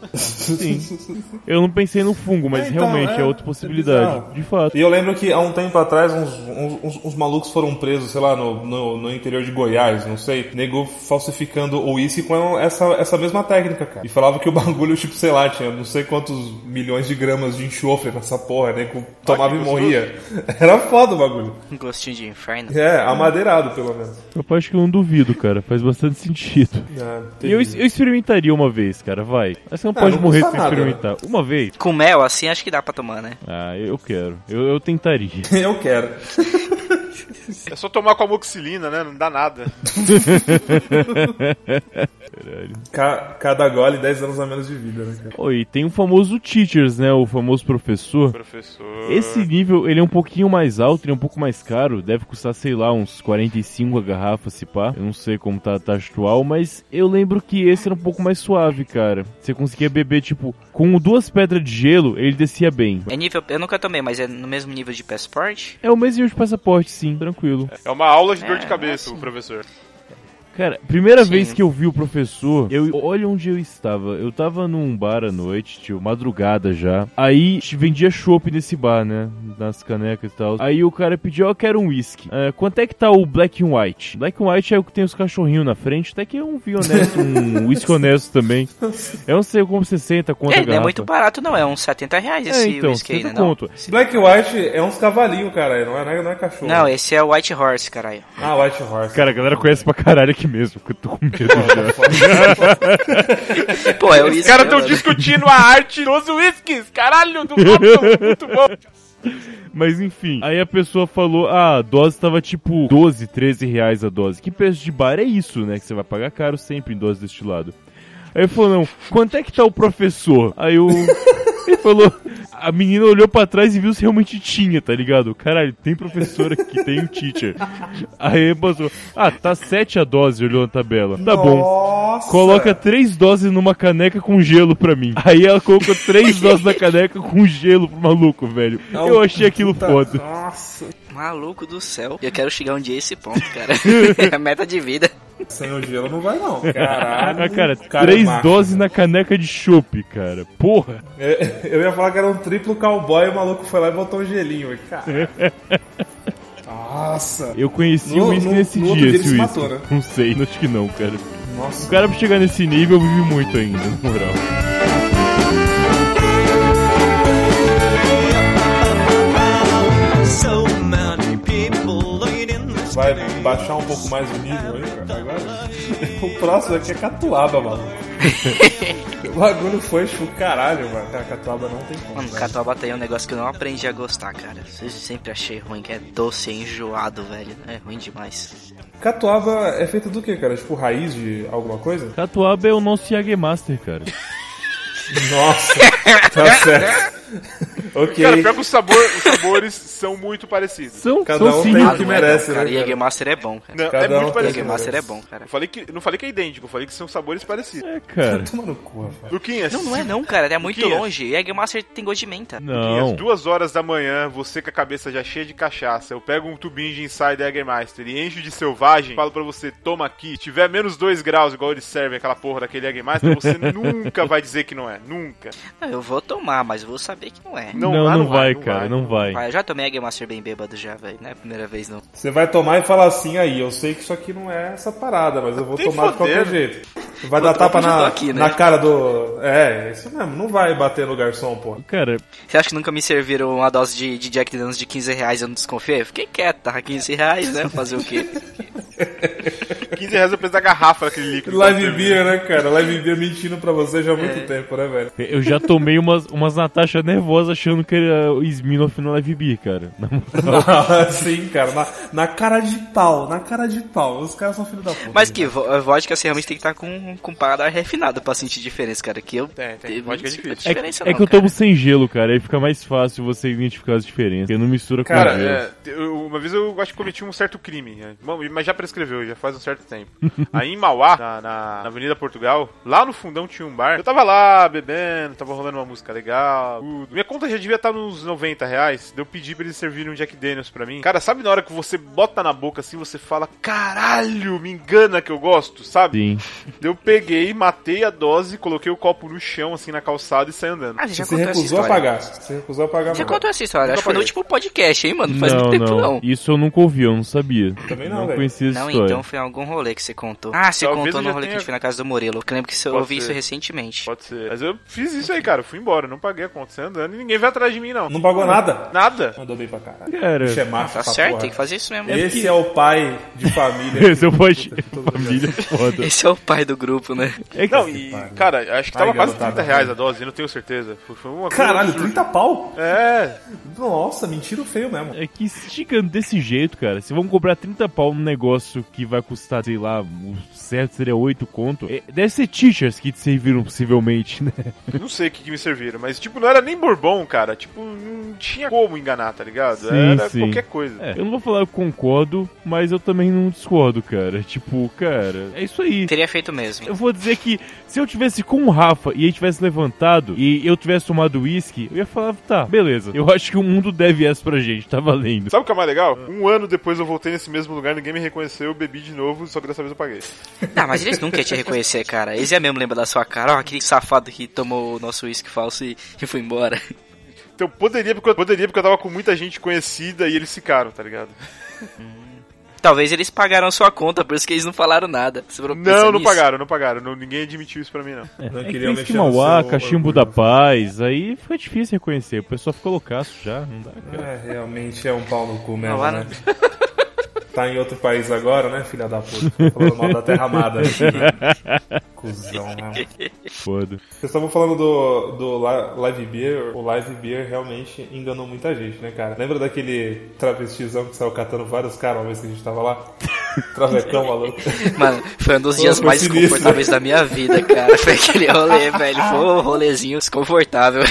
Eu não pensei no fungo, mas É, então, realmente é, é outra é possibilidade. bizarro. de fato. E eu lembro que há um tempo atrás uns, uns- uns- uns malucos foram presos, sei lá, no, no- no interior de Goiás, não sei, nego falsificando o uísque com essa, essa mesma técnica, cara. E falava que o bagulho, tipo, sei lá, tinha não sei quantos milhões de gramas de enxofre nessa porra, nego tomava e morria. Era foda o bagulho. Um gostinho de inferno. É, amadeirado, pelo menos. Eu acho que eu não duvido, cara. Faz bastante sentido. É, E eu, eu experimentaria uma vez, cara, vai. Mas você não Ah, pode não morrer custa sem nada, experimentar. Uma vez? Com mel, assim, acho que dá pra tomar, né? Ah, eu quero. Eu, eu tentaria. eu quero. É só tomar com amoxilina, né? Não dá nada. Ca- cada gole 10 anos a menos de vida, né, cara? Oi, e tem o famoso Teachers, né? O famoso professor. Professor. Esse nível, ele é um pouquinho mais alto, ele é um pouco mais caro. Deve custar, sei lá, uns 45 a garrafa, se pá. Eu não sei como tá a taxa atual, mas eu lembro que esse era um pouco mais suave, cara. Você conseguia beber, tipo, com duas pedras de gelo, ele descia bem. É nível. Eu nunca tomei, mas é no mesmo nível de passport. É o mesmo nível de passaporte, sim, tranquilo. É uma aula de dor de É, cabeça, assim. o professor. Cara, primeira Sim. vez que eu vi o professor, eu olha onde eu estava. Eu tava num bar à noite, tio, madrugada já. Aí te vendia chopp nesse bar, né? Nas canecas e tal. Aí o cara pediu, ó, eu quero um whisky. Ah, quanto é que tá o Black and White? Black and White é o que tem os cachorrinhos na frente, até que é um vinho honesto, um whisky honesto também. É um sei como 60 conta a É, não é garrafa. muito barato, não. É uns 70 reais É, esse então, whisky aí, 70 né? Não. conto. Black White é uns cavalinhos, caralho, não é, não é, não é cachorro. não, esse é o White Horse, caralho. Ah, White Horse. Cara, a galera conhece pra caralho aqui mesmo, que eu tô com medo já. Pô, é o whisky. Os caras né, estão mano? discutindo a arte dos whiskies, caralho, do Robson, muito bom. Mas enfim, aí a pessoa falou: ah, a dose tava tipo 12, 13 reais a dose. Que preço de bar é isso, né? Que você vai pagar caro sempre em dose destilado. Aí ele falou: não, quanto é que tá o professor? Aí o. Ele falou. A menina olhou pra trás e viu se realmente tinha, tá ligado? Caralho, tem professor aqui, tem um teacher. Aí ele passou. Ah, tá 7 a dose, olhou na tabela. Tá bom. Nossa! Coloca três doses numa caneca com gelo pra mim. Aí ela colocou três doses na caneca com gelo pro maluco, velho. Não, Eu achei aquilo É um puta- foda. Nossa, Maluco do céu. Eu quero chegar um dia a esse ponto, cara. é a meta de vida. sem o gelo não vai não. Caralho. Ah, cara, O cara é três macho, doses né? na caneca de chopp, cara. Porra! Eu, eu ia falar que era um triplo cowboy e o maluco foi lá e botou um gelinho. Cara. Nossa. Eu conheci No- o uísque no- nesse no outro dia, dia esse ele se uísque. matou, né? Não sei, acho que não, cara. O Nossa. cara pra chegar nesse nível, eu vivi muito ainda, na moral. So many people in this Vai baixar um pouco mais o nível aí, cara. Agora, o próximo aqui é catuaba, maluco. o bagulho foi, tipo, caralho, mano. Cara, catuaba não tem como. Mano, velho. catuaba tá aí é um negócio que eu não aprendi a gostar, cara. Eu sempre achei ruim, que é doce, é enjoado, velho. É ruim demais. Catuaba é feito do que, cara? Tipo, raiz de alguma coisa? Catuaba é o nosso Yage Master, cara. Nossa, tá certo. ok. Cara, pior que o sabor, os sabores são muito parecidos. São, Cada são um sim. tem- Ah, que não é merece, não, cara. né, cara? Jäger Master é bom, cara. Não, Cada é um muito tem parecido. Jäger Master é bom, cara. Eu falei que, não falei que é idêntico, eu falei que são sabores parecidos. É, cara. Toma no cu, rapaz. Luquinhas, Não, não é não, cara. É muito Luquinhas. longe. Jäger Master tem gosto de menta. Luquinhas, Não. duas horas da manhã, você com a cabeça já cheia de cachaça, eu pego um tubinho de Insider Jägermeister e encho de selvagem, falo pra você, toma aqui, se tiver menos 2 graus, igual eles servem aquela porra daquele Jägermeister, você nunca vai dizer que não é, nunca. Não, Ah, eu vou tomar, mas vou saber que não é. Não, lá não, vai, cara, não vai. Ah, eu já tomei Jäger Master bem bêbado já, velho. Não é a primeira vez, não. Você vai tomar e falar assim, aí, eu sei que isso aqui não é essa parada, mas eu vou Tem tomar de qualquer fodendo. jeito. Vai Vou dar tapa tomar na, aqui, né? na cara do... É, isso mesmo, não vai bater no garçom, pô. Cara, Você acha que nunca me serviram uma dose de, de Jack Daniels de 15 reais e eu não desconfiei? Eu Fiquei quieto, tava 15 reais, né? Fazer o quê? 15 reais eu preço da garrafa daquele líquido. Live Beer, né, cara? Live Beer mentindo pra vocês já há É. muito tempo, né, velho? eu já tomei umas, umas Natasha nervosas achando que era o Smirnoff no Live Beer, cara. Na moral. Sim, cara, na, na cara de pau, na cara de pau. Os caras são filho da puta. Mas que vo- vodka você realmente tem que estar com, com paladar refinado pra sentir diferença, cara. Que eu. Tem, tem. eu não Vodka é sinto difícil. É, diferença, que- é não, que eu cara. tomo sem gelo, cara. Aí fica mais fácil você identificar as diferenças. Porque não mistura com Cara, Cara, gelo. é, eu- uma vez eu acho que cometi um certo crime, né? Bom, mas já prescreveu, já faz um certo tempo. Aí em Mauá, na, na- na Avenida Portugal, lá no fundão tinha um bar. Eu tava lá bebendo, tava rolando uma música legal, tudo. Minha conta já devia estar nos 90 reais. daí Eu pedi pra eles servirem um Jack Daniels pra mim. Cara, sabe na hora que você bota na boca assim, você fala, caralho, me engana que eu gosto, sabe? Sim. Eu peguei, matei a dose, coloquei o copo no chão, assim, na calçada e saí andando. Ah, você já Você contou essa recusou a história. pagar. Você recusou a pagar, Você mano. contou essa história. Acho que foi no paguei. último podcast, hein, mano? Faz muito tempo, não. Isso eu nunca ouvi, eu não sabia. Também não, velho. conhecia essa Não, história. então foi em algum rolê que você contou. Ah, você Talvez contou eu no já rolê que a gente tenha- foi na casa do Murilo. Que eu lembro que eu Pode ouvi isso ser. recentemente. Pode ser. Mas eu fiz isso aí, cara. Eu Fui embora, não paguei a conta. Você andando e ninguém veio atrás de mim, não. Não pagou nada? Nada. Mandou bem pra caralho. Cara, Bicho é macho Tá pra certo, porra. tem que fazer isso mesmo. Esse é o pai de família. esse eu posso. Família é foda. Esse é o pai do grupo, né? É que Não, e, cara, acho que Ai, tava quase garotada. 30 reais a dose, eu não tenho certeza. Foi foi uma coisa Caralho, absurda. 30 pau? É, Nossa, mentira feio mesmo. É que esticando desse jeito, cara, se vamos cobrar 30 pau num negócio que vai custar, sei lá, o certo seria 8 conto, é- deve ser teachers que te serviram possivelmente, né? não sei o que, que me serviram, mas tipo, não era nem bourbon, cara. Tipo, não tinha como enganar, tá ligado? Sim, era sim. qualquer coisa. É, eu não vou falar eu concordo, mas eu também não discordo, cara. Tipo, cara, é isso aí. Teria feito mesmo. Eu vou dizer que se eu tivesse com o Rafa e ele tivesse levantado e eu tivesse tomado uísque, eu ia falar, tá, beleza. Eu acho que o mundo deve essa pra gente, tá valendo. Sabe o que é mais legal? Um ano depois eu voltei nesse mesmo lugar, ninguém me reconheceu, eu bebi de novo, só que dessa vez eu paguei. Não, mas eles nunca iam te reconhecer, cara. Eles iam mesmo lembrar da sua cara. Ó, aquele safado que tomou o nosso uísque falso e, e foi embora. Então poderia porque, eu, poderia, porque eu tava com muita gente conhecida e eles ficaram, tá ligado? Talvez eles pagaram a sua conta, por isso que eles não falaram nada. Você parou pra pensar Não, não nisso? pagaram, não pagaram. Não, ninguém admitiu isso pra mim, não. Não É que tem queriam mexer no Esquimauá, seu Cachimbo da orgulho. Paz, aí fica difícil reconhecer. O pessoal ficou loucaço já, não dá, cara. É, realmente é um pau no cu mesmo, Não, lá né? Tá em outro país agora, né, filha da puta? Tá Falando mal da terra amada. né? Cusão, né? Foda. Vocês estavam falando do, do Li- Live Beer. O Live Beer realmente enganou muita gente, né, cara? Lembra daquele travestizão que saiu catando vários caras uma vez que a gente tava lá? Travecão, maluco. Mano, foi um dos Pô, dias foi mais sinistro. desconfortáveis da minha vida, cara. Foi aquele rolê, velho. Foi um rolezinho desconfortável.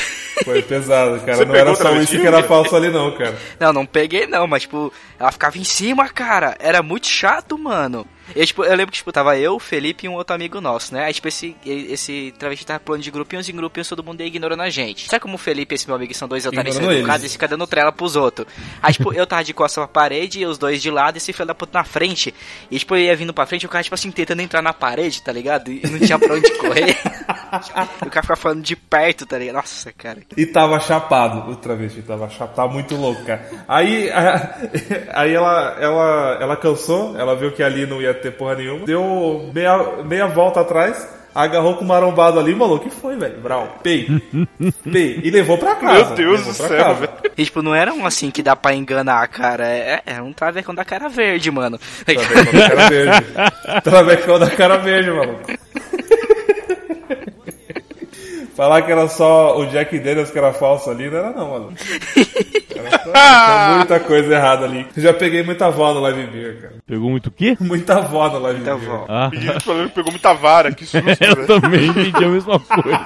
Foi pesado, cara. não pegou era o só isso que era falso ali, não, cara. Não, não peguei não, mas tipo, ela ficava em cima, cara. Era muito chato, mano. Eu, tipo, eu lembro que, tipo, tava eu, o Felipe e um outro amigo nosso, né? Aí, tipo, esse, esse travesti tava pulando de grupinhos em grupinhos, todo mundo ia ignorando a gente. Sabe como o Felipe e esse meu amigo são dois otários Ignorando educados eles. e fica dando trela pros outros? Aí, tipo, eu tava de costas pra parede, e os dois de lado, e esse filho da puta na frente. E, tipo, eu ia vindo pra frente, e o cara, tipo assim, tentando entrar na parede, tá ligado? E não tinha pra onde correr. e o cara ficava falando de perto, tá ligado? Nossa, cara. E tava chapado, o travesti tava chapado, tava muito louco, cara. Aí, a- aí ela, ela, ela cansou, ela viu que ali não ia ter porra nenhuma, deu meia, meia volta atrás, agarrou com o marombado ali, maluco, que foi, velho? Brau, pei, pei, e levou pra casa. Meu Deus levou do pra céu, casa. velho. E, tipo, não era um assim que dá pra enganar, cara. É, é um travecão da cara verde, mano. Travecão da cara verde. Travecão da cara verde, maluco. Falar que era só o Jack Daniels que era falso ali, não era não, maluco. Era só- tinha muita coisa errada ali. Eu já peguei muita avó no Live Beer, cara. Pegou muito o quê? Muita avó no Live Então, Beer. vó. Ah, Tem gente falando que pegou muita vara, que susto, né? eu velho. também entendi a mesma coisa.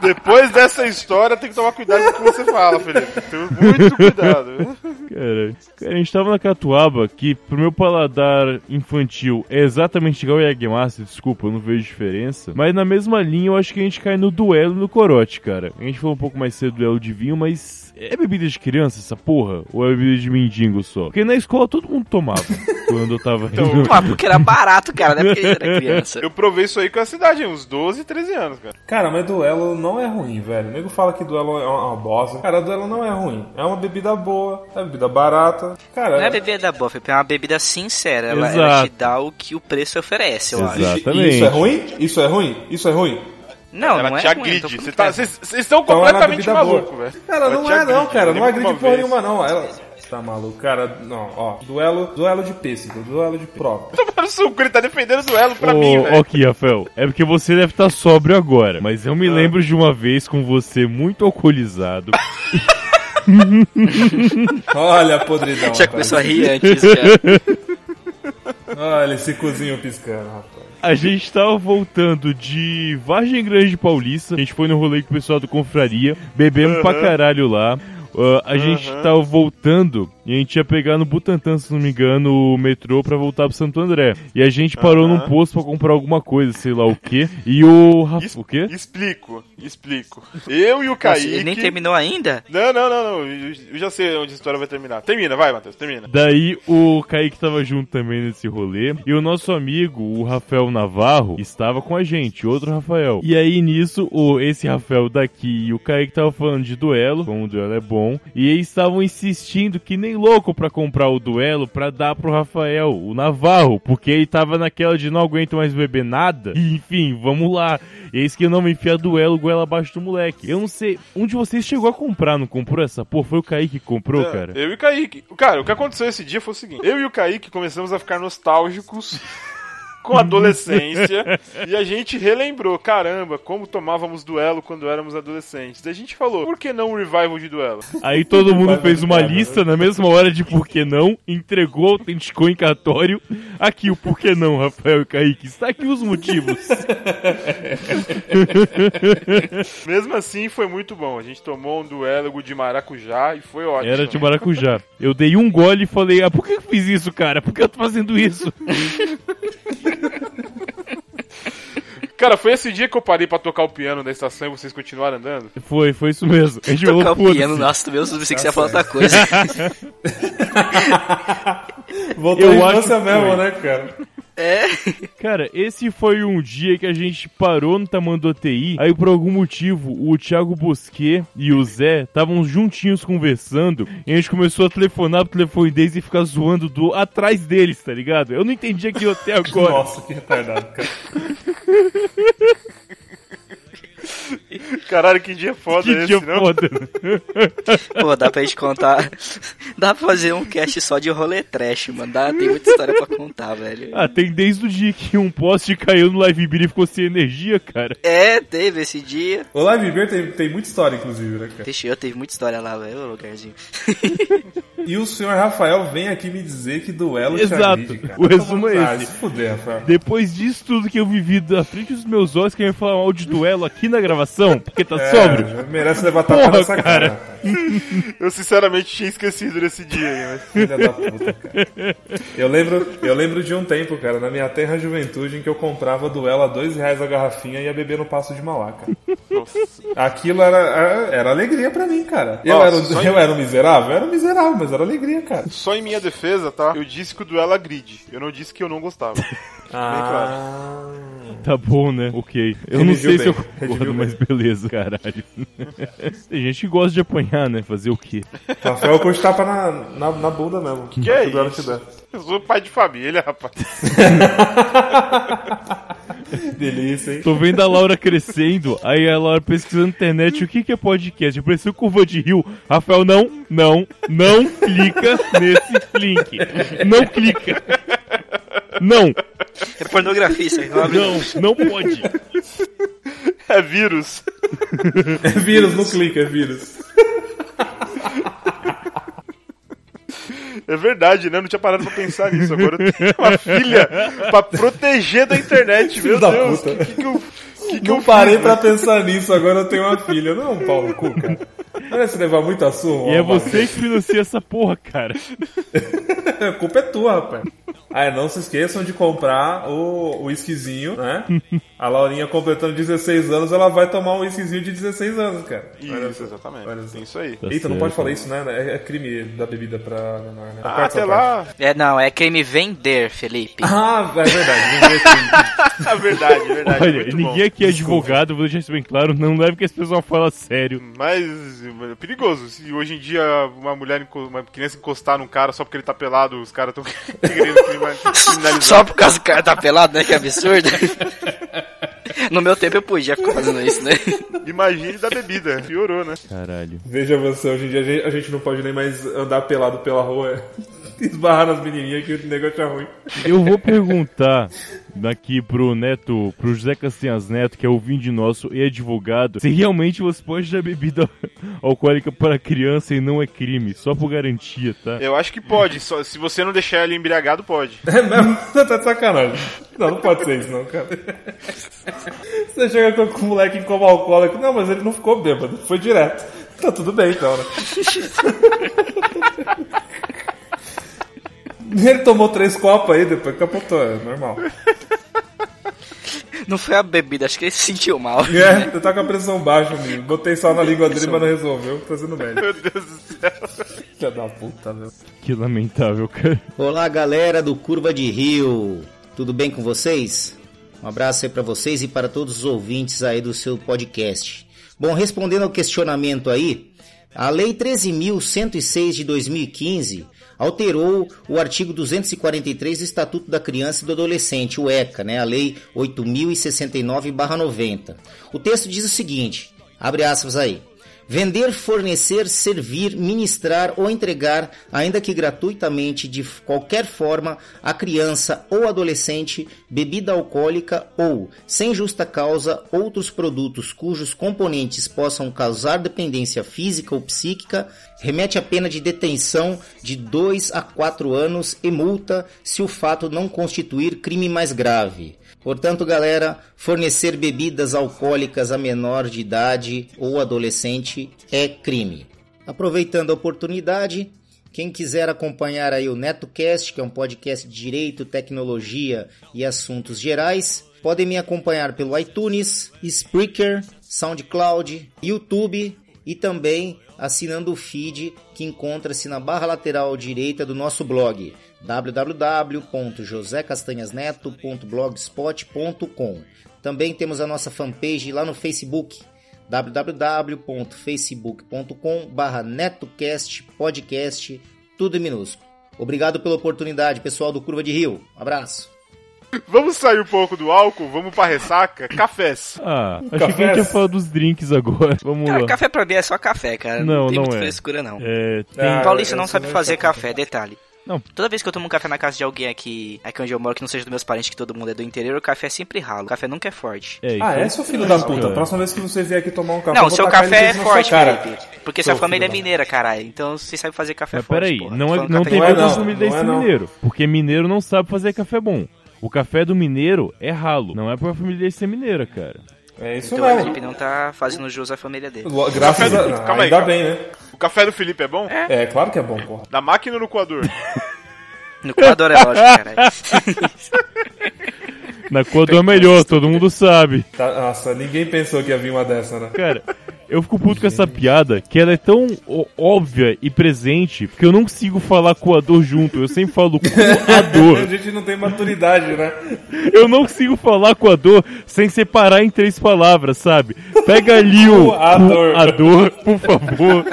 Depois dessa história, tem que tomar cuidado com o que você fala, Felipe. Tem muito cuidado. Cara, cara, a gente tava na Catuaba, que pro meu paladar infantil é exatamente igual o Yagmaster, desculpa, eu não vejo diferença. Mas na mesma linha eu acho que a gente cai no duelo no corote, cara. A gente falou um pouco mais cedo do duelo de vinho, mas é bebida de criança essa porra? Ou é bebida de mendigo só? Porque na escola todo mundo tomava quando eu tava Então, indo. Pô, porque era barato, cara, né? Porque ele era criança. Eu provei isso aí com a cidade, uns 12, 13 anos, cara. Cara, mas duelo não é ruim, velho. O nego fala que duelo é uma, uma bosta. Cara, duelo não é ruim. É uma bebida boa, é uma bebida barata. Cara, Não é bebida boa, Felipe, é uma bebida sincera. Ela, Exato. ela te dá o que o preço oferece, eu acho. Exatamente. isso é ruim? Isso é ruim? Isso é ruim? Não, Ela não é te ruim. agride. tá assim, tô falando Vocês que é. estão Então ela é completamente bebida boa. malucos, velho. Cara, Ela não te é não, cara. Não lembra agride uma vez. porra nenhuma, não. Ela... Tá maluco, cara. Não, ó. Duelo, duelo de pêssego, duelo de prova. Tomara no suco, ele tá defendendo o duelo pra Ô, mim, velho. ok, Rafael. É porque você deve estar sóbrio agora. Mas eu me Ah. lembro de uma vez com você muito alcoolizado. Olha a podridão, Já rapaz. começou a rir antes, né? cara. Olha esse cozinho piscando, rapaz. A gente tava voltando de Vargem Grande Paulista. A gente foi no rolê com o pessoal do Confraria. Bebemos pra caralho lá. Ah, a gente tava voltando e a gente ia pegar no Butantã, se não me engano, o metrô pra voltar pro Santo André. E a gente parou num posto pra comprar alguma coisa, sei lá o quê. E o. Rafa- Es- O quê? Explico, explico. Eu e o Nossa, Kaique. ele nem terminou ainda? Não, não, não, não. Eu eu já sei onde a história vai terminar. Termina, vai, Matheus, termina. Daí o Kaique tava junto também nesse rolê. E o nosso amigo, o Rafael Navarro, estava com a gente, outro Rafael. E aí nisso, o, esse Rafael daqui e o Kaique tava falando de duelo, como o duelo é bom. E eles estavam insistindo que nem louco pra comprar o duelo pra dar pro Rafael, o Navarro. Porque ele tava naquela de não aguento mais beber nada. E, enfim, vamos lá. Eis que eu não me enfia duelo goela abaixo do moleque. Eu não sei, um de vocês chegou a comprar, não comprou essa porra? Foi o Kaique que comprou, Não, cara? Eu e o Kaique. Cara, o que aconteceu esse dia foi o seguinte: eu e o Kaique começamos a ficar nostálgicos. Com a adolescência, e a gente relembrou, caramba, como tomávamos duelo quando éramos adolescentes. Daí a gente falou, por que não um revival de duelo? Aí todo mundo Vai fez uma brincar, né? lista na mesma hora de por que não, entregou, autenticou em cartório. Aqui o por que não, Rafael e Kaique. Está aqui os motivos. Mesmo assim, foi muito bom. A gente tomou um duelo de maracujá e foi ótimo. Era de maracujá. Eu dei um gole e falei, ah, por que eu fiz isso, cara? Por que eu tô fazendo isso? Cara, foi esse dia que eu parei pra tocar o piano na estação e vocês continuaram andando? Foi, foi isso mesmo. É A gente Tocar falou, o piano, foda-se. nossa, meu, eu pensei que você ia falar outra coisa. Voltou Eu à acho infância que mesmo, foi. né, cara? É. Cara, esse foi um dia que a gente parou no Tamanduá TI. Aí, por algum motivo, o Thiago Bosquet e o Zé estavam juntinhos conversando. E a gente começou a telefonar pro telefone deles e ficar zoando do atrás deles, tá ligado? Eu não entendi aquilo até agora. Nossa, que retardado, cara. Caralho, que dia foda que esse, dia não? foda. né? Pô, dá pra gente contar. Dá pra fazer um cast só de rolê trash, mano. Dá, tem muita história pra contar, velho. Ah, tem desde o dia que um poste caiu no Live Beer e ficou sem energia, cara. É, teve esse dia. O Live Beer tem, tem muita história, inclusive, né, cara? Deixa eu, teve muita história lá, velho, ô lugarzinho. E o senhor Rafael vem aqui me dizer que duelo te Exato. agride, cara. O resumo é Ah, esse. se fuder, Rafael. Depois disso tudo que eu vivi da frente dos meus olhos, querem falar mal de duelo aqui na gravação, porque tá É, sóbrio. já merece levar tapa Porra, nessa cara. cara. Eu sinceramente tinha esquecido desse dia né? aí, mas. Filha da puta, cara. Eu lembro, eu lembro de um tempo, cara, na minha terra juventude, em que eu comprava duelo a dois reais a garrafinha e ia beber no passo de Mauá, cara. Aquilo era, era, era alegria pra mim, cara. Eu, Nossa, era, só um- em- eu era um miserável? Eu era um miserável, mas era alegria, cara. Só em minha defesa, tá? Eu disse que o duelo agride. Eu não disse que eu não gostava. Ah, Tá bom, né? Ok. Eu Ele não viu sei se eu bem. Ele concordo, viu mas beleza, caralho. Tem gente que gosta de apanhar, né? Fazer o quê? Rafael curte tapa na, na, na bunda mesmo. Que é isso? Eu sou pai de família, rapaz. Delícia, hein? Tô vendo a Laura crescendo, aí a Laura pesquisando na internet o que, que é podcast. Apareceu curva de rio. Rafael, não, não, não clica nesse link. Não clica. Não, É pornografia isso aí, não abre não. não, não pode. É vírus. É vírus, não clica, é vírus. É verdade, né? Eu não tinha parado pra pensar nisso. Agora eu tenho uma filha pra proteger da internet, meu Filho da Deus. Que, puta. que, que eu, que que Não eu fiz, parei né? pra pensar nisso, agora eu tenho uma filha. Não é um pau no cu, cara. Não é se levar muito a surra. E é rapaz. você que financia essa porra, cara. A culpa é tua, rapaz. Ah, não se esqueçam de comprar o, o whiskyzinho, né? A Laurinha completando 16 anos, ela vai tomar um whiskyzinho de 16 anos, cara. Olha Isso, só. exatamente. Olha só. Isso aí. Eita, não certo. pode falar isso, né? É, é crime da bebida pra menor, né? Ah, Corta até essa lá. É, não, é crime vender, Felipe. parte. Ah, é verdade. É verdade, é verdade. Olha, muito ninguém aqui é advogado, vou deixar isso bem claro. Não leve que esse pessoal fala sério. bom. Mas é perigoso. Se hoje em dia uma mulher, enco- uma criança encostar num cara só porque ele tá pelado, os caras tão querendo crima- criminalizar. Só por causa que o cara tá pelado, né? Que absurdo. No meu tempo eu podia ficar fazendo isso, né? Imagine da bebida. Piorou, né? Caralho. Veja você, hoje em dia a gente- a gente não pode nem mais andar pelado pela rua. Esbarrar nas menininhas que o negócio é ruim. Eu vou perguntar aqui pro Neto, pro José Castanhas Neto, que é ouvinte nosso e advogado, se realmente você pode dar bebida alcoólica para criança e não é crime, só por garantia, tá? Eu acho que pode. Só, se você não deixar ele embriagado, pode. É mesmo? Você tá de sacanagem. Não, não pode ser isso, não, cara. Você chega com, com o moleque em coma alcoólico. Não, mas ele não ficou bêbado. Foi direto. Tá tudo bem, então, né? Ele tomou três copos aí, depois capotou. É normal. Não foi a bebida, acho que ele se sentiu mal. É, você tá com a pressão baixa, amigo. Botei sal na língua dele, mas não resolveu. Tá sendo médico. Meu Deus do céu. Filha da puta, meu. Que lamentável, cara. Olá, galera do Curva de Rio. Tudo bem com vocês? Um abraço aí para vocês e para todos os ouvintes aí do seu podcast. Bom, respondendo ao questionamento aí, a Lei 13.106 de 2015 alterou o artigo 243 do Estatuto da Criança e do Adolescente, o ECA, né? A Lei 8.069/90. O texto diz o seguinte: abre aspas aí. Vender, fornecer, servir, ministrar ou entregar, ainda que gratuitamente, de f- qualquer forma, a criança ou adolescente bebida alcoólica ou, sem justa causa, outros produtos cujos componentes possam causar dependência física ou psíquica, remete à pena de detenção de 2 a 4 anos e multa se o fato não constituir crime mais grave. Portanto, galera, fornecer bebidas alcoólicas a menor de idade ou adolescente é crime. Aproveitando a oportunidade, Quem quiser acompanhar aí o NetoCast, que é um podcast de direito, tecnologia e assuntos gerais, podem me acompanhar pelo iTunes, Spreaker, SoundCloud, YouTube e também assinando o feed que encontra-se na barra lateral direita do nosso blog www.josecastanhasneto.blogspot.com. Também temos a nossa fanpage lá no Facebook www.facebook.com/barra netocast podcast tudo em minúsculo. Obrigado pela oportunidade, pessoal do Curva de Rio. Abraço. Vamos sair um pouco do álcool, vamos pra ressaca? Cafés. Ah, acho que a Um café. gente ia falar dos drinks agora. Vamos Cara, lá. café pra mim é só café, cara. Não, Não, tem não muita é. frescura, não. Um É, tem- Ah, Paulista eu não sou sabe mais fazer café. café, detalhe. Não. Toda vez que eu tomo um café na casa de alguém aqui, aqui onde eu moro, que não seja dos meus parentes, que todo mundo é do interior, o café é sempre ralo. O café nunca é forte. é, Ah, então- é, seu filho da puta. É. Próxima vez que você vier aqui tomar um café, eu não, vou seu tacar ele café é na sua forte, cara. Felipe. Porque Seu sua família é filho da- mineira, caralho. Então você sabe fazer café Mas forte. peraí, porra. não, Tô é, falando não café tem de não a ver é com verdade. a não, comida não é desse não. mineiro. Porque mineiro não sabe fazer café bom. O café do mineiro é ralo. Não é porque a família dele ser mineira, cara. É isso Então o Felipe mesmo. não tá fazendo jus à família dele. Lo- Graças a... Calma aí, calma não, aí, Ainda calma. bem, né? O café do Felipe é bom? É, claro que é bom, porra. Na máquina ou no coador? No coador é lógico, caralho. Na Coador é melhor, todo mundo sabe. Tá- Nossa, ninguém pensou que ia vir uma dessa, né? Cara, eu fico puto com essa piada, que ela é tão ó- óbvia e presente, que eu não consigo falar coador junto. Eu sempre falo A coador. gente não tem maturidade, né? Eu não consigo falar coador sem separar em três palavras, sabe? Pega ali o Coador. coador, por favor.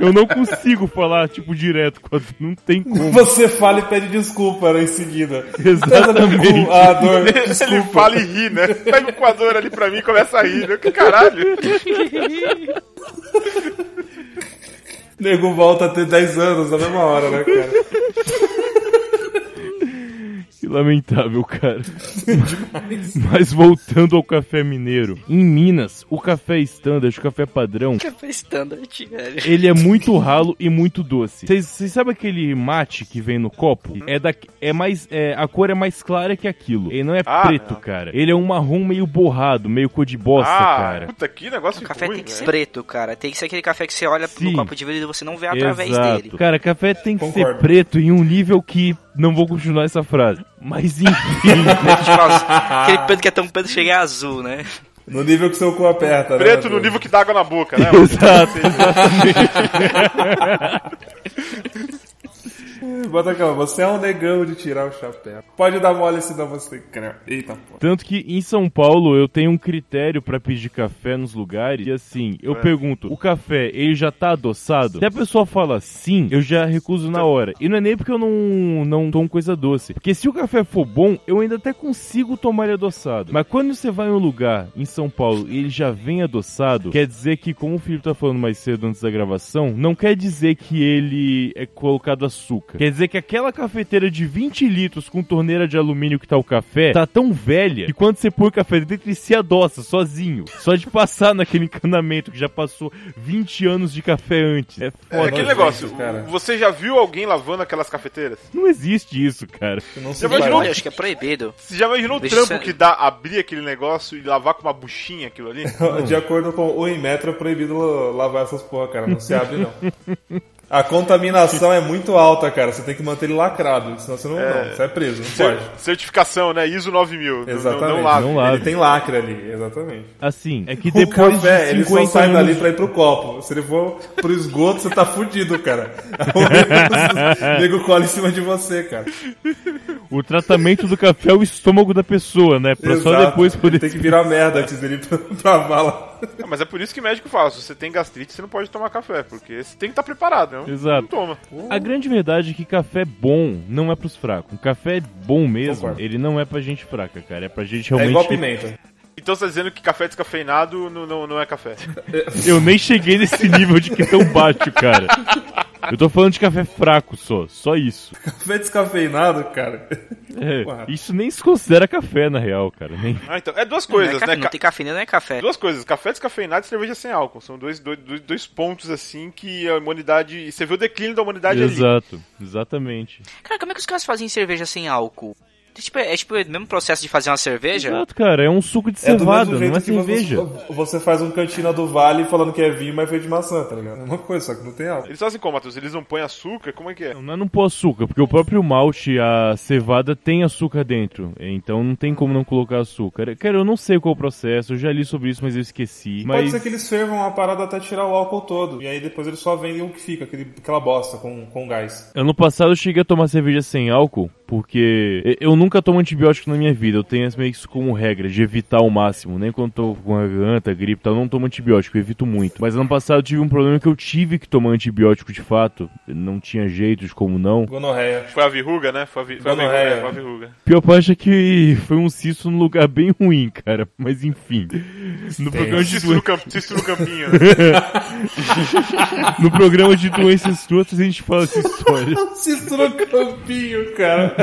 Eu não consigo falar, tipo, direto coador. Não tem como. Você fala e pede desculpa né, em seguida. Exatamente. Ah, dor, Ele desculpa. fala e ri, né? Pega o coador ali pra mim e começa a rir. né? Que caralho? O nego volta a ter 10 anos na mesma hora, né, cara? Que lamentável, cara. Mas voltando ao café mineiro. Em Minas, o café standard, o café padrão, Café standard, velho. ele é muito ralo e muito doce. Vocês vocês sabem aquele mate que vem no copo? É da, é mais, é, a cor é mais clara que aquilo. Ele não é Ah, preto, cara. Ele é um marrom meio borrado, meio cor de bosta, ah, cara. puta, que negócio O café ruim, né? tem que ser velho. preto, cara. Tem que ser aquele café que você olha Sim. no copo de vidro e você não vê é através Exato. dele. Cara, café tem que ser Concordo. preto em um nível que não vou continuar essa frase. Mas enfim. Tipo, aquele preto que é tão preto chega é azul, né? No nível que seu cu aperta, né? Preto no Arthur? nível que dá água na boca, né? Exato, Bota calma, você é um negão de tirar o chapéu. Pode dar mole se não você crê. Eita, porra. Tanto que em São Paulo eu tenho um critério pra pedir café nos lugares. E assim, eu pergunto: o café, ele já tá adoçado? Se a pessoa fala sim, eu já recuso na hora. E não é nem porque eu não, não tomo coisa doce. Porque se o café for bom, eu ainda até consigo tomar ele adoçado. Mas quando você vai em um lugar em São Paulo e ele já vem adoçado, quer dizer que, como o Felipe tá falando mais cedo antes da gravação, não quer dizer que ele é colocado açúcar. Quer dizer que aquela cafeteira de 20 litros com torneira de alumínio que tá o café tá tão velha que quando você põe o café dentro ele se adoça sozinho. Só de passar naquele encanamento que já passou 20 anos de café antes. É É foda. aquele Olha, negócio, gente, cara. você já viu alguém lavando aquelas cafeteiras? Não existe isso, cara. Não se Já vai de vai. novo? Eu acho que é proibido. Você já imaginou o Deixa trampo eu- que dá abrir aquele negócio e lavar com uma buchinha aquilo ali? De acordo com o Inmetro, é proibido lavar essas porra, cara. Não se abre, não. A contaminação é muito alta, cara. Você tem que manter ele lacrado, senão você não, não, você é preso, não Cer- pode. Certificação, né? ISO 9000. Exatamente. Não, não lave. Não lave. Ele tem lacre ali, exatamente. Assim, é que O depois café, de ele só 50 sai anos... dali pra ir pro copo. Se ele for pro esgoto, você tá fudido, cara. O nego cola em cima de você, cara. O tratamento do café é o estômago da pessoa, né? Pra só Exato. depois poder... Ele Tem que virar merda antes dele ir pra, pra vala. Ah, Mas é por isso que médico fala, se você tem gastrite, você não pode tomar café, porque você tem que estar preparado, né? Exato. Não toma. A grande verdade é que café bom não é pros fracos. Um café bom mesmo, Concordo. ele não é pra gente fraca, cara. É pra gente É realmente. igual pimenta. Então você tá dizendo que café descafeinado não, não, não é café. Eu nem cheguei nesse nível de que é tão baixo, cara. Eu tô falando de café fraco só, só isso. Café descafeinado, cara. É, Porra. isso nem se considera café na real, cara. Nem... Ah, então, é duas não, é coisas, café, né? não Ca- tem cafeína, não é café. Duas coisas, café descafeinado e cerveja sem álcool. São dois, dois, dois, dois pontos, assim, que a humanidade... Você vê o declínio da humanidade ali. Exato, exatamente. Cara, como é que os caras fazem cerveja sem álcool? Tipo, é tipo o mesmo processo de fazer uma cerveja. Exato, cara, é um suco de É do mesmo cevada, jeito não é que você- cerveja. Você faz um cantina do vale falando que é vinho, mas é feito de maçã, tá ligado? É uma coisa, só que não tem álcool. Eles fazem como, Matheus? Eles não põem açúcar? Como é que é? Não, não é não pôr açúcar, porque o próprio malte, a cevada, tem açúcar dentro. Então não tem como não colocar açúcar. Cara, eu não sei qual é o processo, eu já li sobre isso, mas eu esqueci. Pode Mas ser que eles fervam a parada até tirar o álcool todo. E aí depois eles só vendem o que fica, aquele, aquela bosta com, com gás. ano passado eu cheguei a tomar cerveja sem álcool, porque e- eu nunca tomo antibiótico na minha vida. Eu tenho essa- meio que isso como regra, de evitar ao máximo. Nem quando tô com a garganta, gripe e tal, eu não tomo antibiótico, eu evito muito. Mas ano passado eu tive um problema que eu tive que tomar antibiótico de fato. Não tinha jeito de como não. Gonorreia. Foi a verruga, né? Foi a, vi... foi a verruga, Gonorreia. é, foi a verruga. Pior parte é que foi um cisto num lugar bem ruim, cara. Mas enfim. No programa de Cisto no, doenças. camp... cisto no campinho. né? No programa de doenças escrotas a gente fala essa história. Cisto no campinho, cara.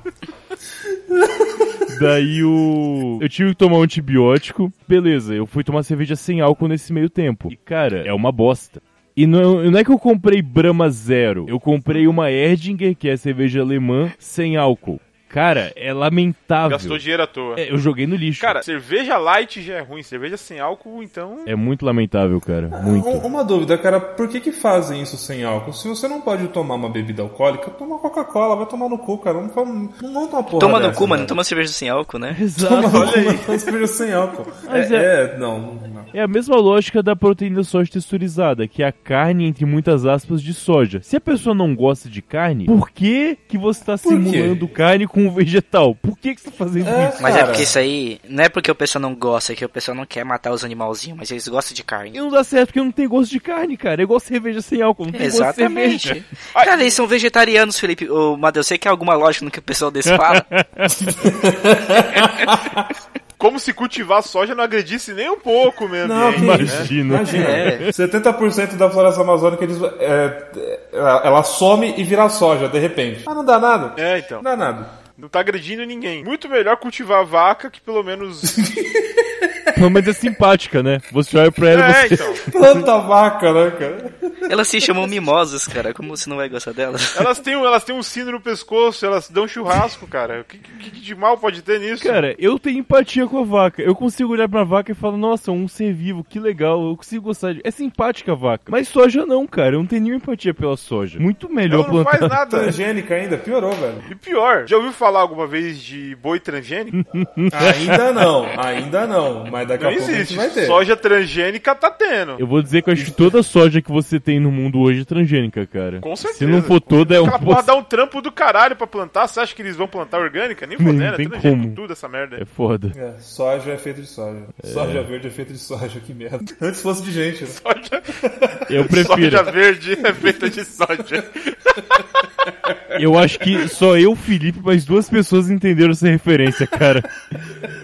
Daí o. Eu tive que tomar um antibiótico. Beleza, eu fui tomar cerveja sem álcool nesse meio tempo. E, cara, é uma bosta. E não, não é que eu comprei Brahma Zero. Eu comprei uma Erdinger, que é cerveja alemã, sem álcool. Cara, é lamentável. Gastou dinheiro à toa. É, eu joguei no lixo. Cara, cerveja light já é ruim, cerveja sem álcool, então. É muito lamentável, cara. Muito. Um- Uma dúvida, cara, por que que fazem isso sem álcool? Se você não pode tomar uma bebida alcoólica, toma Coca-Cola, vai tomar no cu, cara. Não, toma- não monta uma porra Toma no né, dessa, cu, mano, velho. toma cerveja sem álcool, né? Exato. Olha aí. Uma cerveja sem álcool. Mas É, é, não, não. É a mesma lógica da proteína de soja texturizada, que é a carne, entre muitas aspas, de soja. Se a pessoa não gosta de carne, por que, que você tá Por quê? simulando carne com um vegetal? Por que, que você tá fazendo É, isso? Mas é cara. porque isso aí. Não é porque o pessoal não gosta, é que o pessoal não quer matar os animalzinhos, mas eles gostam de carne. E não dá certo porque não tem gosto de carne, cara. É igual cerveja sem álcool, não tem gosto de cerveja. Exatamente. Cara, eles são vegetarianos, Felipe. Ô, Matheus, você quer alguma lógica no que o pessoal desse fala? Como se cultivar soja não agredisse nem um pouco o meio Não, ambiente, que- né? Imagina. Imagina, É. 70% da floresta amazônica eles, é, ela ela some e vira soja, de repente. Ah, não dá nada? É, Não então. dá nada. Não tá agredindo ninguém. Muito melhor cultivar vaca que pelo menos. Pelo menos é simpática, né? Você olha pra ela e é, você... então. Planta vaca, né, cara? Elas se chamam mimosas, cara. Como você não vai gostar delas? Elas têm, um- elas têm um sino no pescoço, elas dão churrasco, cara. O que, que- que de mal pode ter nisso? Cara, eu tenho empatia com a vaca. Eu consigo olhar pra vaca e falar, nossa, um ser vivo, que legal, eu consigo gostar de... É simpática a vaca. Mas soja não, cara. Eu não tenho nenhuma empatia pela soja. Muito melhor Ela não plantar... faz nada. Transgênica ainda, piorou, velho. E pior, já ouviu falar alguma vez de boi transgênico? Ainda não, ainda não. Mas daqui Não a pouco a existe. gente vai ter. Soja transgênica tá tendo. Eu vou dizer que eu acho que toda soja que você tem no mundo hoje é transgênica, cara. Com certeza. Se não for toda, é um Aquela porra pouco. dá um trampo do caralho pra plantar. Você acha que eles vão plantar orgânica? Nem Não fodendo, é tem transgênico como. tudo essa merda. É foda. É, soja é feito de soja. Soja verde é feito de soja, que merda. Antes fosse de gente, né? Soja, É Eu prefiro. soja verde é feita de soja. Eu acho que só eu, Felipe, mas duas pessoas entenderam essa referência, cara.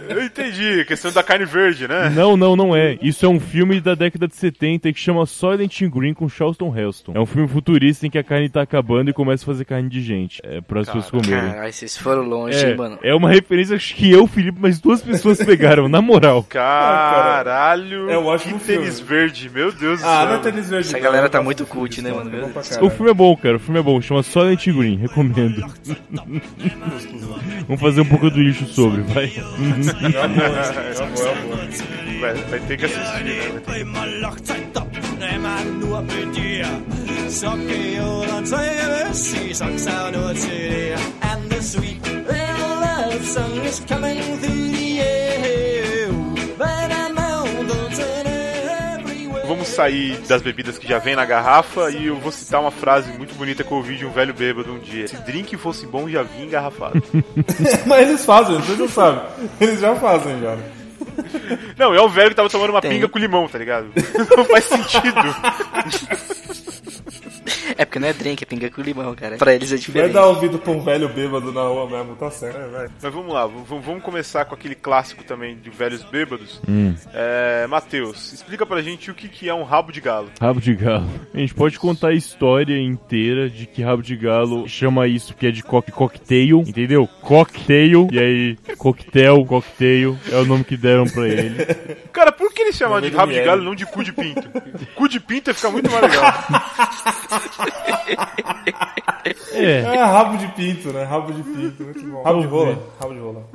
Eu entendi, a questão da carne verde, né? Não, não, não é. Isso é um filme da década de 70 que chama Silent Green com Charlton Heston. É um filme futurista em que a carne tá acabando e começa a fazer carne de gente. É para as pessoas comerem. Caralho, vocês foram longe, hein, mano. É, é uma referência acho que eu, Felipe, mas duas pessoas pegaram, na moral. Caralho, É um ótimo que tênis filme. verde, meu Deus do Ah, céu. não é tênis verde. Essa não, galera eu tá gosto muito de cult, tênis, né, não, mano? é bom pra O caralho. filme é bom, cara. O filme é bom. Chama Silent Green. Recomendo. Vamos fazer um pouco do lixo sobre, vai. É Vai, vai ter que assistir, né? er And the sweet little love song is coming through the air. But I know they'll turn it everywhere. Vamos sair das bebidas que já vem na garrafa e eu vou citar uma frase muito bonita que eu ouvi de um velho bêbado um dia. Se drink fosse bom, já vinha engarrafado. Mas eles fazem, vocês não sabem. Eles já fazem, já. Não, é o velho que tava tomando uma Tem. pinga com limão, tá ligado? Não faz sentido. É porque não é drink, é pinga com limão, cara. Pra eles é Vai diferente. dar ouvido pra um velho bêbado na rua mesmo, tá certo. Mas vamos lá, v- v- vamos começar com aquele clássico também de velhos bêbados. É, Matheus, explica pra gente o que, que é um rabo de galo. Rabo de galo. A gente pode contar a história inteira de que rabo de galo chama isso porque é de coque cocktail, entendeu? Cocktail. E aí, coquetel, cocktail é o nome que deram pra ele. Cara, por que eles chamam de Vermelho rabo de miel. galo e não de cu de pinto? cu de pinto ia ficar muito mais legal. É, É rabo de pinto, né? Rabo de pinto, muito bom. Rabo de rola, rabo de rola.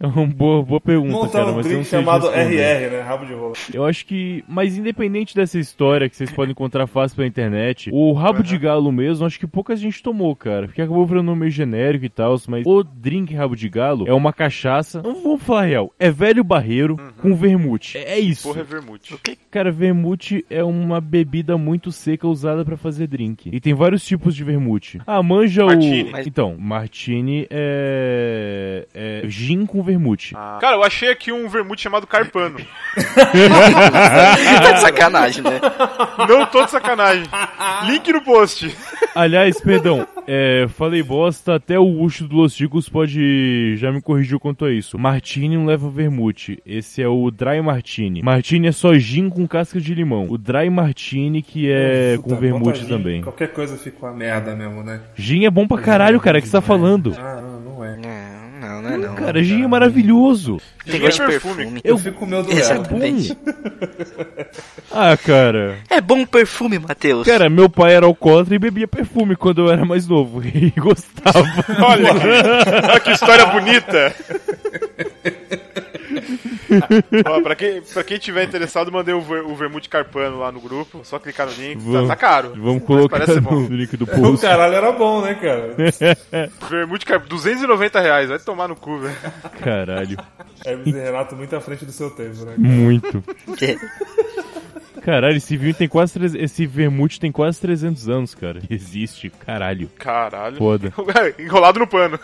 é uma boa, boa pergunta, Montar cara, um mas eu não drink sei chamado responder. RR, né? Rabo de rola. Eu acho que, mas independente dessa história que vocês podem encontrar fácil pela internet, o rabo Uhum. de galo mesmo, acho que pouca gente tomou, cara. Porque acabou virando um nome meio genérico e tal, mas o drink rabo de galo é uma cachaça. Não vamos falar real, é velho barreiro Uhum. com vermute. É, é isso. Porra, é vermute. Cara, vermute é uma bebida muito seca usada pra fazer drink. E tem vários tipos de vermute. Ah, manja Martini. o. Então, martini é. é gin com vermute. Ah. Cara, eu achei aqui um vermute chamado Carpano. tá de sacanagem, né? Não tô de sacanagem. Link no post. Aliás, perdão, é, falei bosta, até o Ucho do Los Ticos pode já me corrigiu quanto a isso. Martini não leva vermute, esse é o Dry Martini. Martini é só gin com casca de limão. O Dry Martini que é Puta, com vermute bota gin, também. Qualquer coisa fica uma merda mesmo, né? Gin é bom pra caralho, cara, que você tá falando. Ah, não, não é. Não, não, não é não. Cara, gin é maravilhoso. Tem Gin é gosto de perfume. Eu, fico com medo dela. Exato. É Bom. Ah, cara. É bom perfume, Matheus. Cara, meu pai era alcoólatra e bebia perfume quando eu era mais novo. E gostava. Olha que, olha que história bonita. Ó, pra, quem, pra quem tiver interessado, mandei o, ver, o vermute carpano lá no grupo. Só clicar no link. Tá, Vamos- tá caro. Vamos mas colocar Parece no bom. link do O post. caralho era bom, né, cara? Vermute carpano, 290 reais. Vai tomar no cu, velho. Caralho. É Renato muito à frente do seu tempo, né? Muito. Caralho, esse vinho tem quase. treze- Esse vermute tem quase 300 anos, cara. Existe, caralho. Caralho. Foda. Enrolado no pano.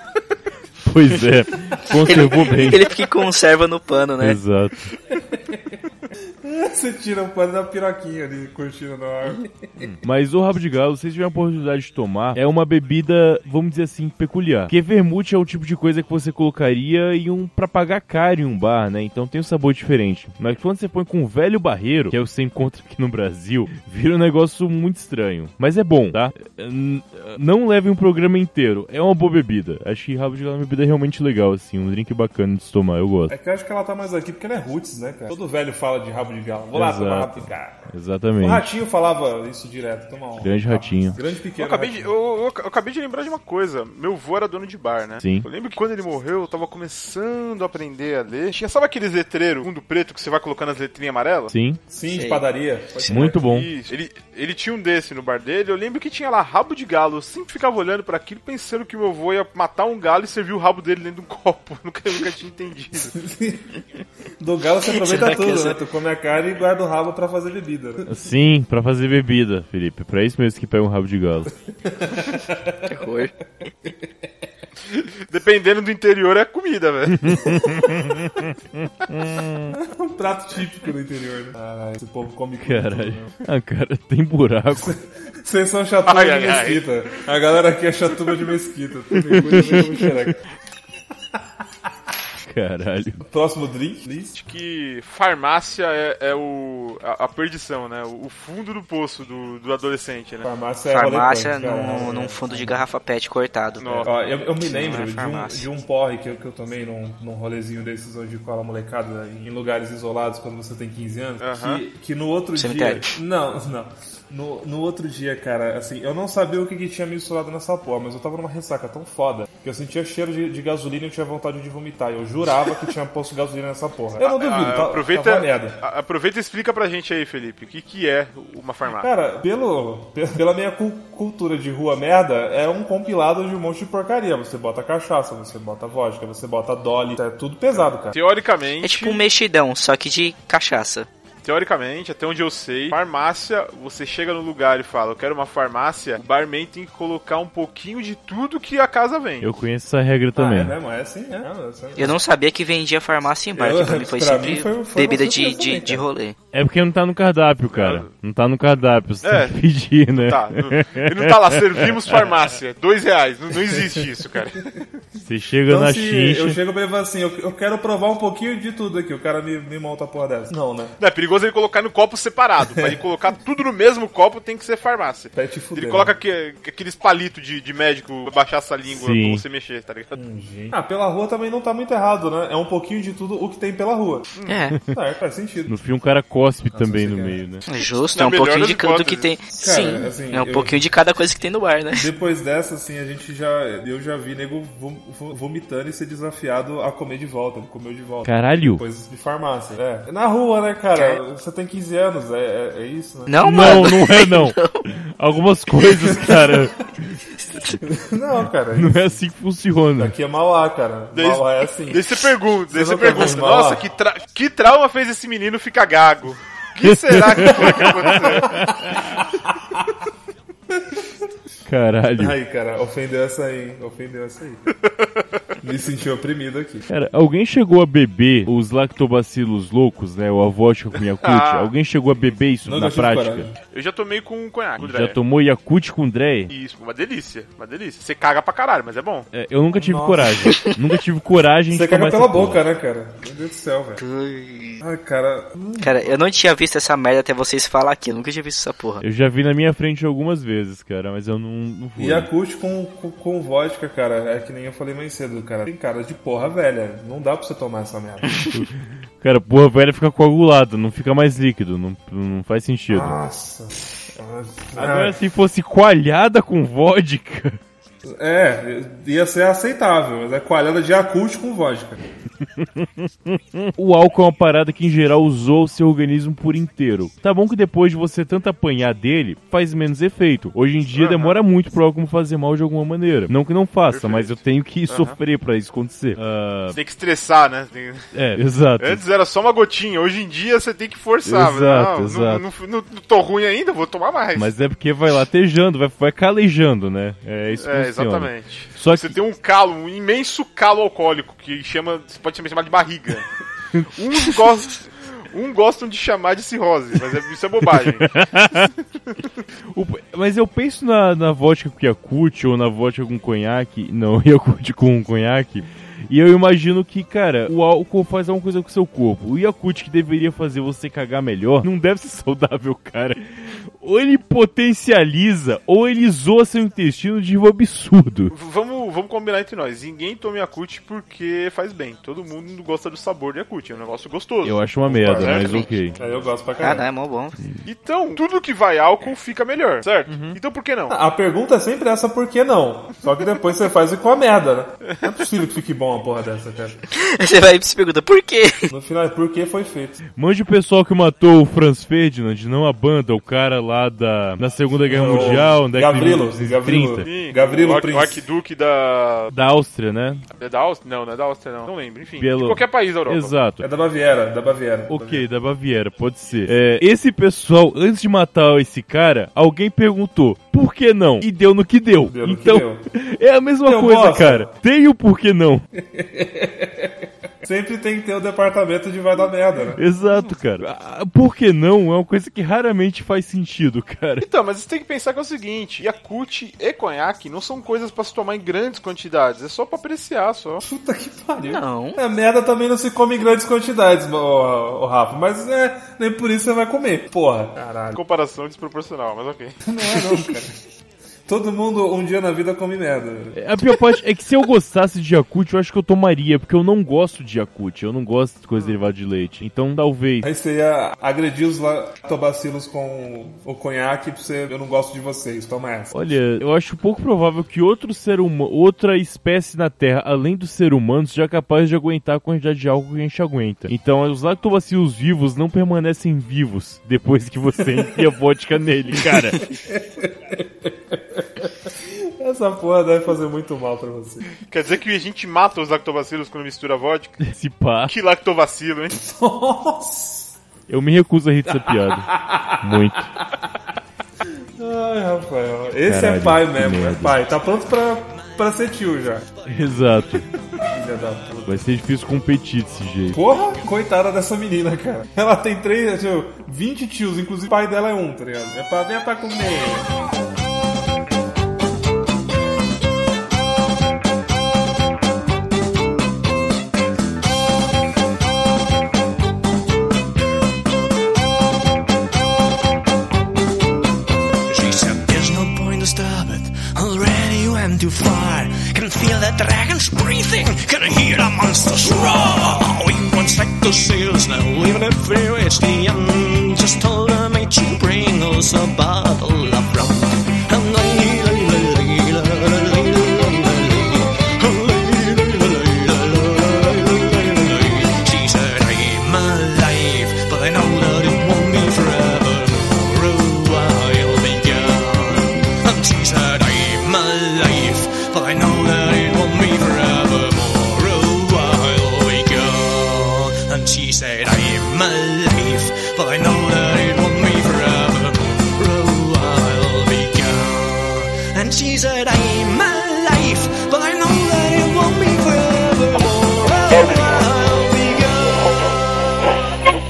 Pois é. Conservou bem. Ele fica e conserva no pano, né? Exato. Você tira o pano da piroquinha ali, curtindo na água. Mas o rabo de galo, se vocês tiverem a oportunidade de tomar, é uma bebida, vamos dizer assim, peculiar. Porque vermute é o tipo de coisa que você colocaria em um pra pagar caro em um bar, né? Então tem um sabor diferente. Mas quando você põe com um velho barreiro, que é o que você encontra aqui no Brasil, vira um negócio muito estranho. Mas é bom, tá? N- Não levem um programa inteiro. É uma boa bebida. Acho que rabo de galo é uma bebida realmente legal, assim. Um drink bacana de se tomar. Eu gosto. É que eu acho que ela tá mais aqui porque ela é roots, né, cara? Todo velho fala de rabo de galo. Vou lá tomar Exato. rabo de galo. O Exatamente. ratinho falava isso direto. Toma um. Grande ratinho. Grande Eu pequeno. acabei, de, eu, eu- eu acabei de lembrar de uma coisa. Meu avô era dono de bar, né? Sim. Eu lembro que quando ele morreu, eu tava começando a aprender a ler. Tinha, sabe aqueles letreiros, fundo preto, que você vai colocando as letrinhas amarelas? Sim, Sim, de Sei. padaria. muito bom. Isso. Ele, ele tinha um desse no bar dele. Eu lembro que tinha lá rabo de galo. Eu sempre ficava olhando pra aquilo, pensando que meu avô ia matar um galo e servir o rabo dele dentro de um copo. Nunca, nunca tinha entendido. Do galo você Será aproveita que tudo, essa- né? Tu come a cara e guarda o rabo pra fazer bebida. né? Sim, pra fazer bebida, Felipe. Pra isso mesmo que pega um rabo de galo. Que horror. Dependendo do interior, é comida, velho. Um prato típico do interior, né? Caralho, esse povo come com né? Caralho. Ah, cara, tem buraco. Vocês são chatuba Ai, de ai, ai. mesquita. A galera aqui é chatuba de mesquita. Tem mergulho, mergulho, xereca. Caralho. Próximo drink, please. Acho que farmácia é, é o, a, a perdição, né? O, o fundo do poço do, do adolescente, né? Farmácia é Farmácia rolê punk, é, cara. num, num fundo de garrafa pet cortado. Nossa. Ó, eu, eu me Não lembro é de um, farmácia. de um porre que eu, que eu tomei num, num rolezinho desses onde cola a molecada em lugares isolados quando você tem 15 anos. Aham. Que, que no outro Cemitério. dia. Não, não. No, no outro dia, cara, assim, eu não sabia o que, que tinha misturado nessa porra, mas eu tava numa ressaca tão foda que eu sentia cheiro de, de gasolina e eu tinha vontade de vomitar. Eu jurava que tinha posto gasolina nessa porra. Eu não duvido, Ah, tá, aproveita, tava uma merda. a- aproveita e explica pra gente aí, Felipe, o que, que é uma farmácia. Cara, pelo, pe- pela minha cu- cultura de rua merda, é um compilado de um monte de porcaria. Você bota cachaça, você bota vodka, você bota dolly, é tudo pesado, cara. Teoricamente, É tipo um mexidão, só que de cachaça. teoricamente, até onde eu sei, farmácia, você chega no lugar e fala, eu quero uma farmácia, o barman tem que colocar um pouquinho de tudo que a casa vem. Eu conheço essa regra Ah, também. é mesmo? É assim, é. é, é. Eu não sabia que vendia farmácia em bar, Eu- que pra mim foi pra mim sempre foi- um- foi uma bebida de, surpresa de, também, de cara. rolê. É porque não tá no cardápio, Ah. cara. Não tá no cardápio, você É. tem que pedir, né? Tá, não- ele não tá lá, servimos farmácia, dois reais, não, não existe isso, cara. Você chega Então, na se chincha. eu chego pra ele e falo assim, eu, eu quero provar um pouquinho de tudo aqui. O cara me, me monta a porra dessa. Não, né? Não, é perigoso ele colocar no copo separado. Pra ele colocar tudo no mesmo copo tem que ser farmácia. Vai te fuder, né? ele coloca aque- aqueles palitos de, de médico pra baixar essa língua Sim. pra você mexer, tá ligado? Ah, pela rua também não tá muito errado, né? É um pouquinho de tudo o que tem pela rua. É, Tá, faz sentido. No fim, um cara cospe também no meio, né? justo, Na é um melhor pouquinho das de cada do que hipóteses. tem. Sim, assim, é um eu- pouquinho de cada coisa que tem no bar, né? Depois dessa, assim, a gente já. Eu já vi nego vom- vom- vomitando e ser desafiado a comer de volta. Ele comeu de volta. Caralho. Coisas de farmácia. É. Na rua, né, cara? Você tem 15 anos, é, é- é isso, né? Não, Não, mano. não é não. Algumas coisas, cara, Não, cara. não é assim que funciona. Aqui é Mauá, cara. Daí- Mauá é assim. Daí você pergunta, daí Você você nunca pergunta, ouviu falar? nossa, que, tra- que trauma fez esse menino ficar gago? que será que foi que aconteceu? Caralho. Aí, cara, ofendeu essa aí, hein? Ofendeu essa aí. Me senti oprimido aqui. Cara, alguém chegou a beber os lactobacilos loucos, né? O vodka com Yakut? Ah. Alguém chegou a beber isso Não na gostei de prática? Eu já tomei com um conhaque. Já tomou Yakut com Dreia? Isso, uma delícia, uma delícia. Você caga pra caralho, mas é bom. É, eu nunca tive Nossa. coragem. nunca tive coragem Você de tomar essa caga pela porra. boca, né, cara? Meu Deus do céu, velho. Ai, cara. hum, Cara, eu não tinha visto essa merda até vocês falar aqui. Eu nunca tinha visto essa porra. Eu já vi na minha frente algumas vezes, cara, mas eu não, não fui. E a Yakult com, com, com vodka, cara, é que nem eu falei mais cedo, cara. Tem cara de porra velha. Não dá pra você tomar essa merda. Cara, porra velha fica coagulada, não fica mais líquido, não, não faz sentido. Nossa. Agora, Ah, se fosse coalhada com vodka, é, ia ser aceitável, mas é coalhada de Yakult com vodka. o álcool é uma parada que, em geral, usou o seu organismo por inteiro. Tá bom que depois de você tanto apanhar dele, faz menos efeito. Hoje em dia, demora muito pro álcool me fazer mal de alguma maneira. Não que não faça, Perfeito. mas eu tenho que sofrer pra isso acontecer. Ah, Você tem que estressar, né? Tem- é, exato. Antes era só uma gotinha, hoje em dia você tem que forçar. Exato, não, exato. Não, não, não- não tô ruim ainda, vou tomar mais. Mas é porque vai latejando, vai, vai calejando, né? É isso que É, funciona. exatamente. Só Você que- tem um calo, um imenso calo alcoólico, que chama. Você pode também chamar de barriga. Uns gostam. Um gostam de chamar de cirrose, mas é- isso é bobagem. O- mas eu penso na, na vodka com Yakut ou na vodka com conhaque. Não, Yakut com conhaque. E eu imagino que, cara, o álcool faz alguma coisa com o seu corpo. O Yakut que deveria fazer você cagar melhor, não deve ser saudável, cara. Ou ele potencializa, ou ele zoa seu intestino de um absurdo. V- vamos, vamos combinar entre nós. Ninguém toma Yakut porque faz bem. Todo mundo gosta do sabor de Yakut, é um negócio gostoso. Eu acho uma merda, mas ok. um Aí eu gosto pra Ah, caralho. não, é mó bom. Então, tudo que vai álcool fica melhor, certo? Uhum. Então por que não? A pergunta é sempre essa, por que não? Só que depois você faz com a merda, né? Não é possível que fique bom uma porra dessa, cara. Aí Você vai e se pergunta, por quê? No final, é por que foi feito? Mande o pessoal que matou o Franz Ferdinand, não a banda, o cara lá da na Segunda Guerra É O Mundial, é na década de Gavrilo, 1930. Gavrilo. Gavrilo o Ar- o Prince. arquiduque da. Da Áustria, né? É da Áustria? Não, não é da Áustria, não. Não lembro, enfim. Belo- De qualquer país da Europa. Exato. É da Baviera, da Baviera. Ok, da Baviera, pode ser. É, esse pessoal, antes de matar esse cara, alguém perguntou por que não? E deu no que deu. Deu no que então, deu. é a mesma Eu coisa, gosto. cara. Tem o por que não. Sempre tem que ter o departamento de vai dar merda, né? Exato, cara. Ah, Por que não é uma coisa que raramente faz sentido, cara. Então, mas você tem que pensar que é o seguinte: Yakut e conhaque não são coisas pra se tomar em grandes quantidades, é só pra apreciar só. Puta que pariu. Não. É, A merda também não se come em grandes quantidades, ô, ô, Rafa. Mas é, nem por isso você vai comer. Porra. Caralho. Comparação desproporcional, mas ok. Não é não, cara. Todo mundo um dia na vida come merda. velho. A pior parte é que se eu gostasse de Yakut, eu acho que eu tomaria, porque eu não gosto de Yakut. Eu não gosto de coisa derivada de leite. Então, talvez. Aí você ia agredir os lactobacilos com o conhaque pra você. Eu não gosto de vocês, toma essa. Olha, eu acho pouco provável que outro ser humano, outra espécie na Terra, além do ser humano, seja capaz de aguentar a quantidade de álcool que a gente aguenta. Então, os lactobacilos vivos não permanecem vivos depois que você enfia vodka nele, cara. Essa porra deve fazer muito mal pra você. Quer dizer que a gente mata os lactobacilos quando mistura vodka? Se pá, Que lactobacilo, hein? Nossa! eu me recuso a rir dessa piada. Muito. Ai, Rafael. Esse Caralho, é pai que mesmo, merda. é pai. Tá pronto pra, pra ser tio já. Exato. Filha da puta. Vai ser difícil competir desse jeito. Porra, coitada dessa menina, cara. Ela tem três, tipo, 20 tios, inclusive o pai dela é um, tá ligado? É pra, vem pra comer. Thank Already went too far. Can feel the dragons breathing. Can hear the monsters roar. You once like the seals, now even if fear is the end. Just tell them it you bring us a bottle of rum. And lay, lay, lay, lay, lay, lay, lay, lay, lay. And lay, lay, lay, lay, lay, lay, lay, lay, lay. She said, I'm alive, but I know that it won't be forever. Tomorrow I'll be gone. And she said, I'm alive, but I know that it won't be forever. Tomorrow I'll be gone. And she said, I'm alive, but I know that it won't be forever. Tomorrow I'll be gone. And she said, I'm alive, but I know that it won't be forever. Tomorrow I'll be gone.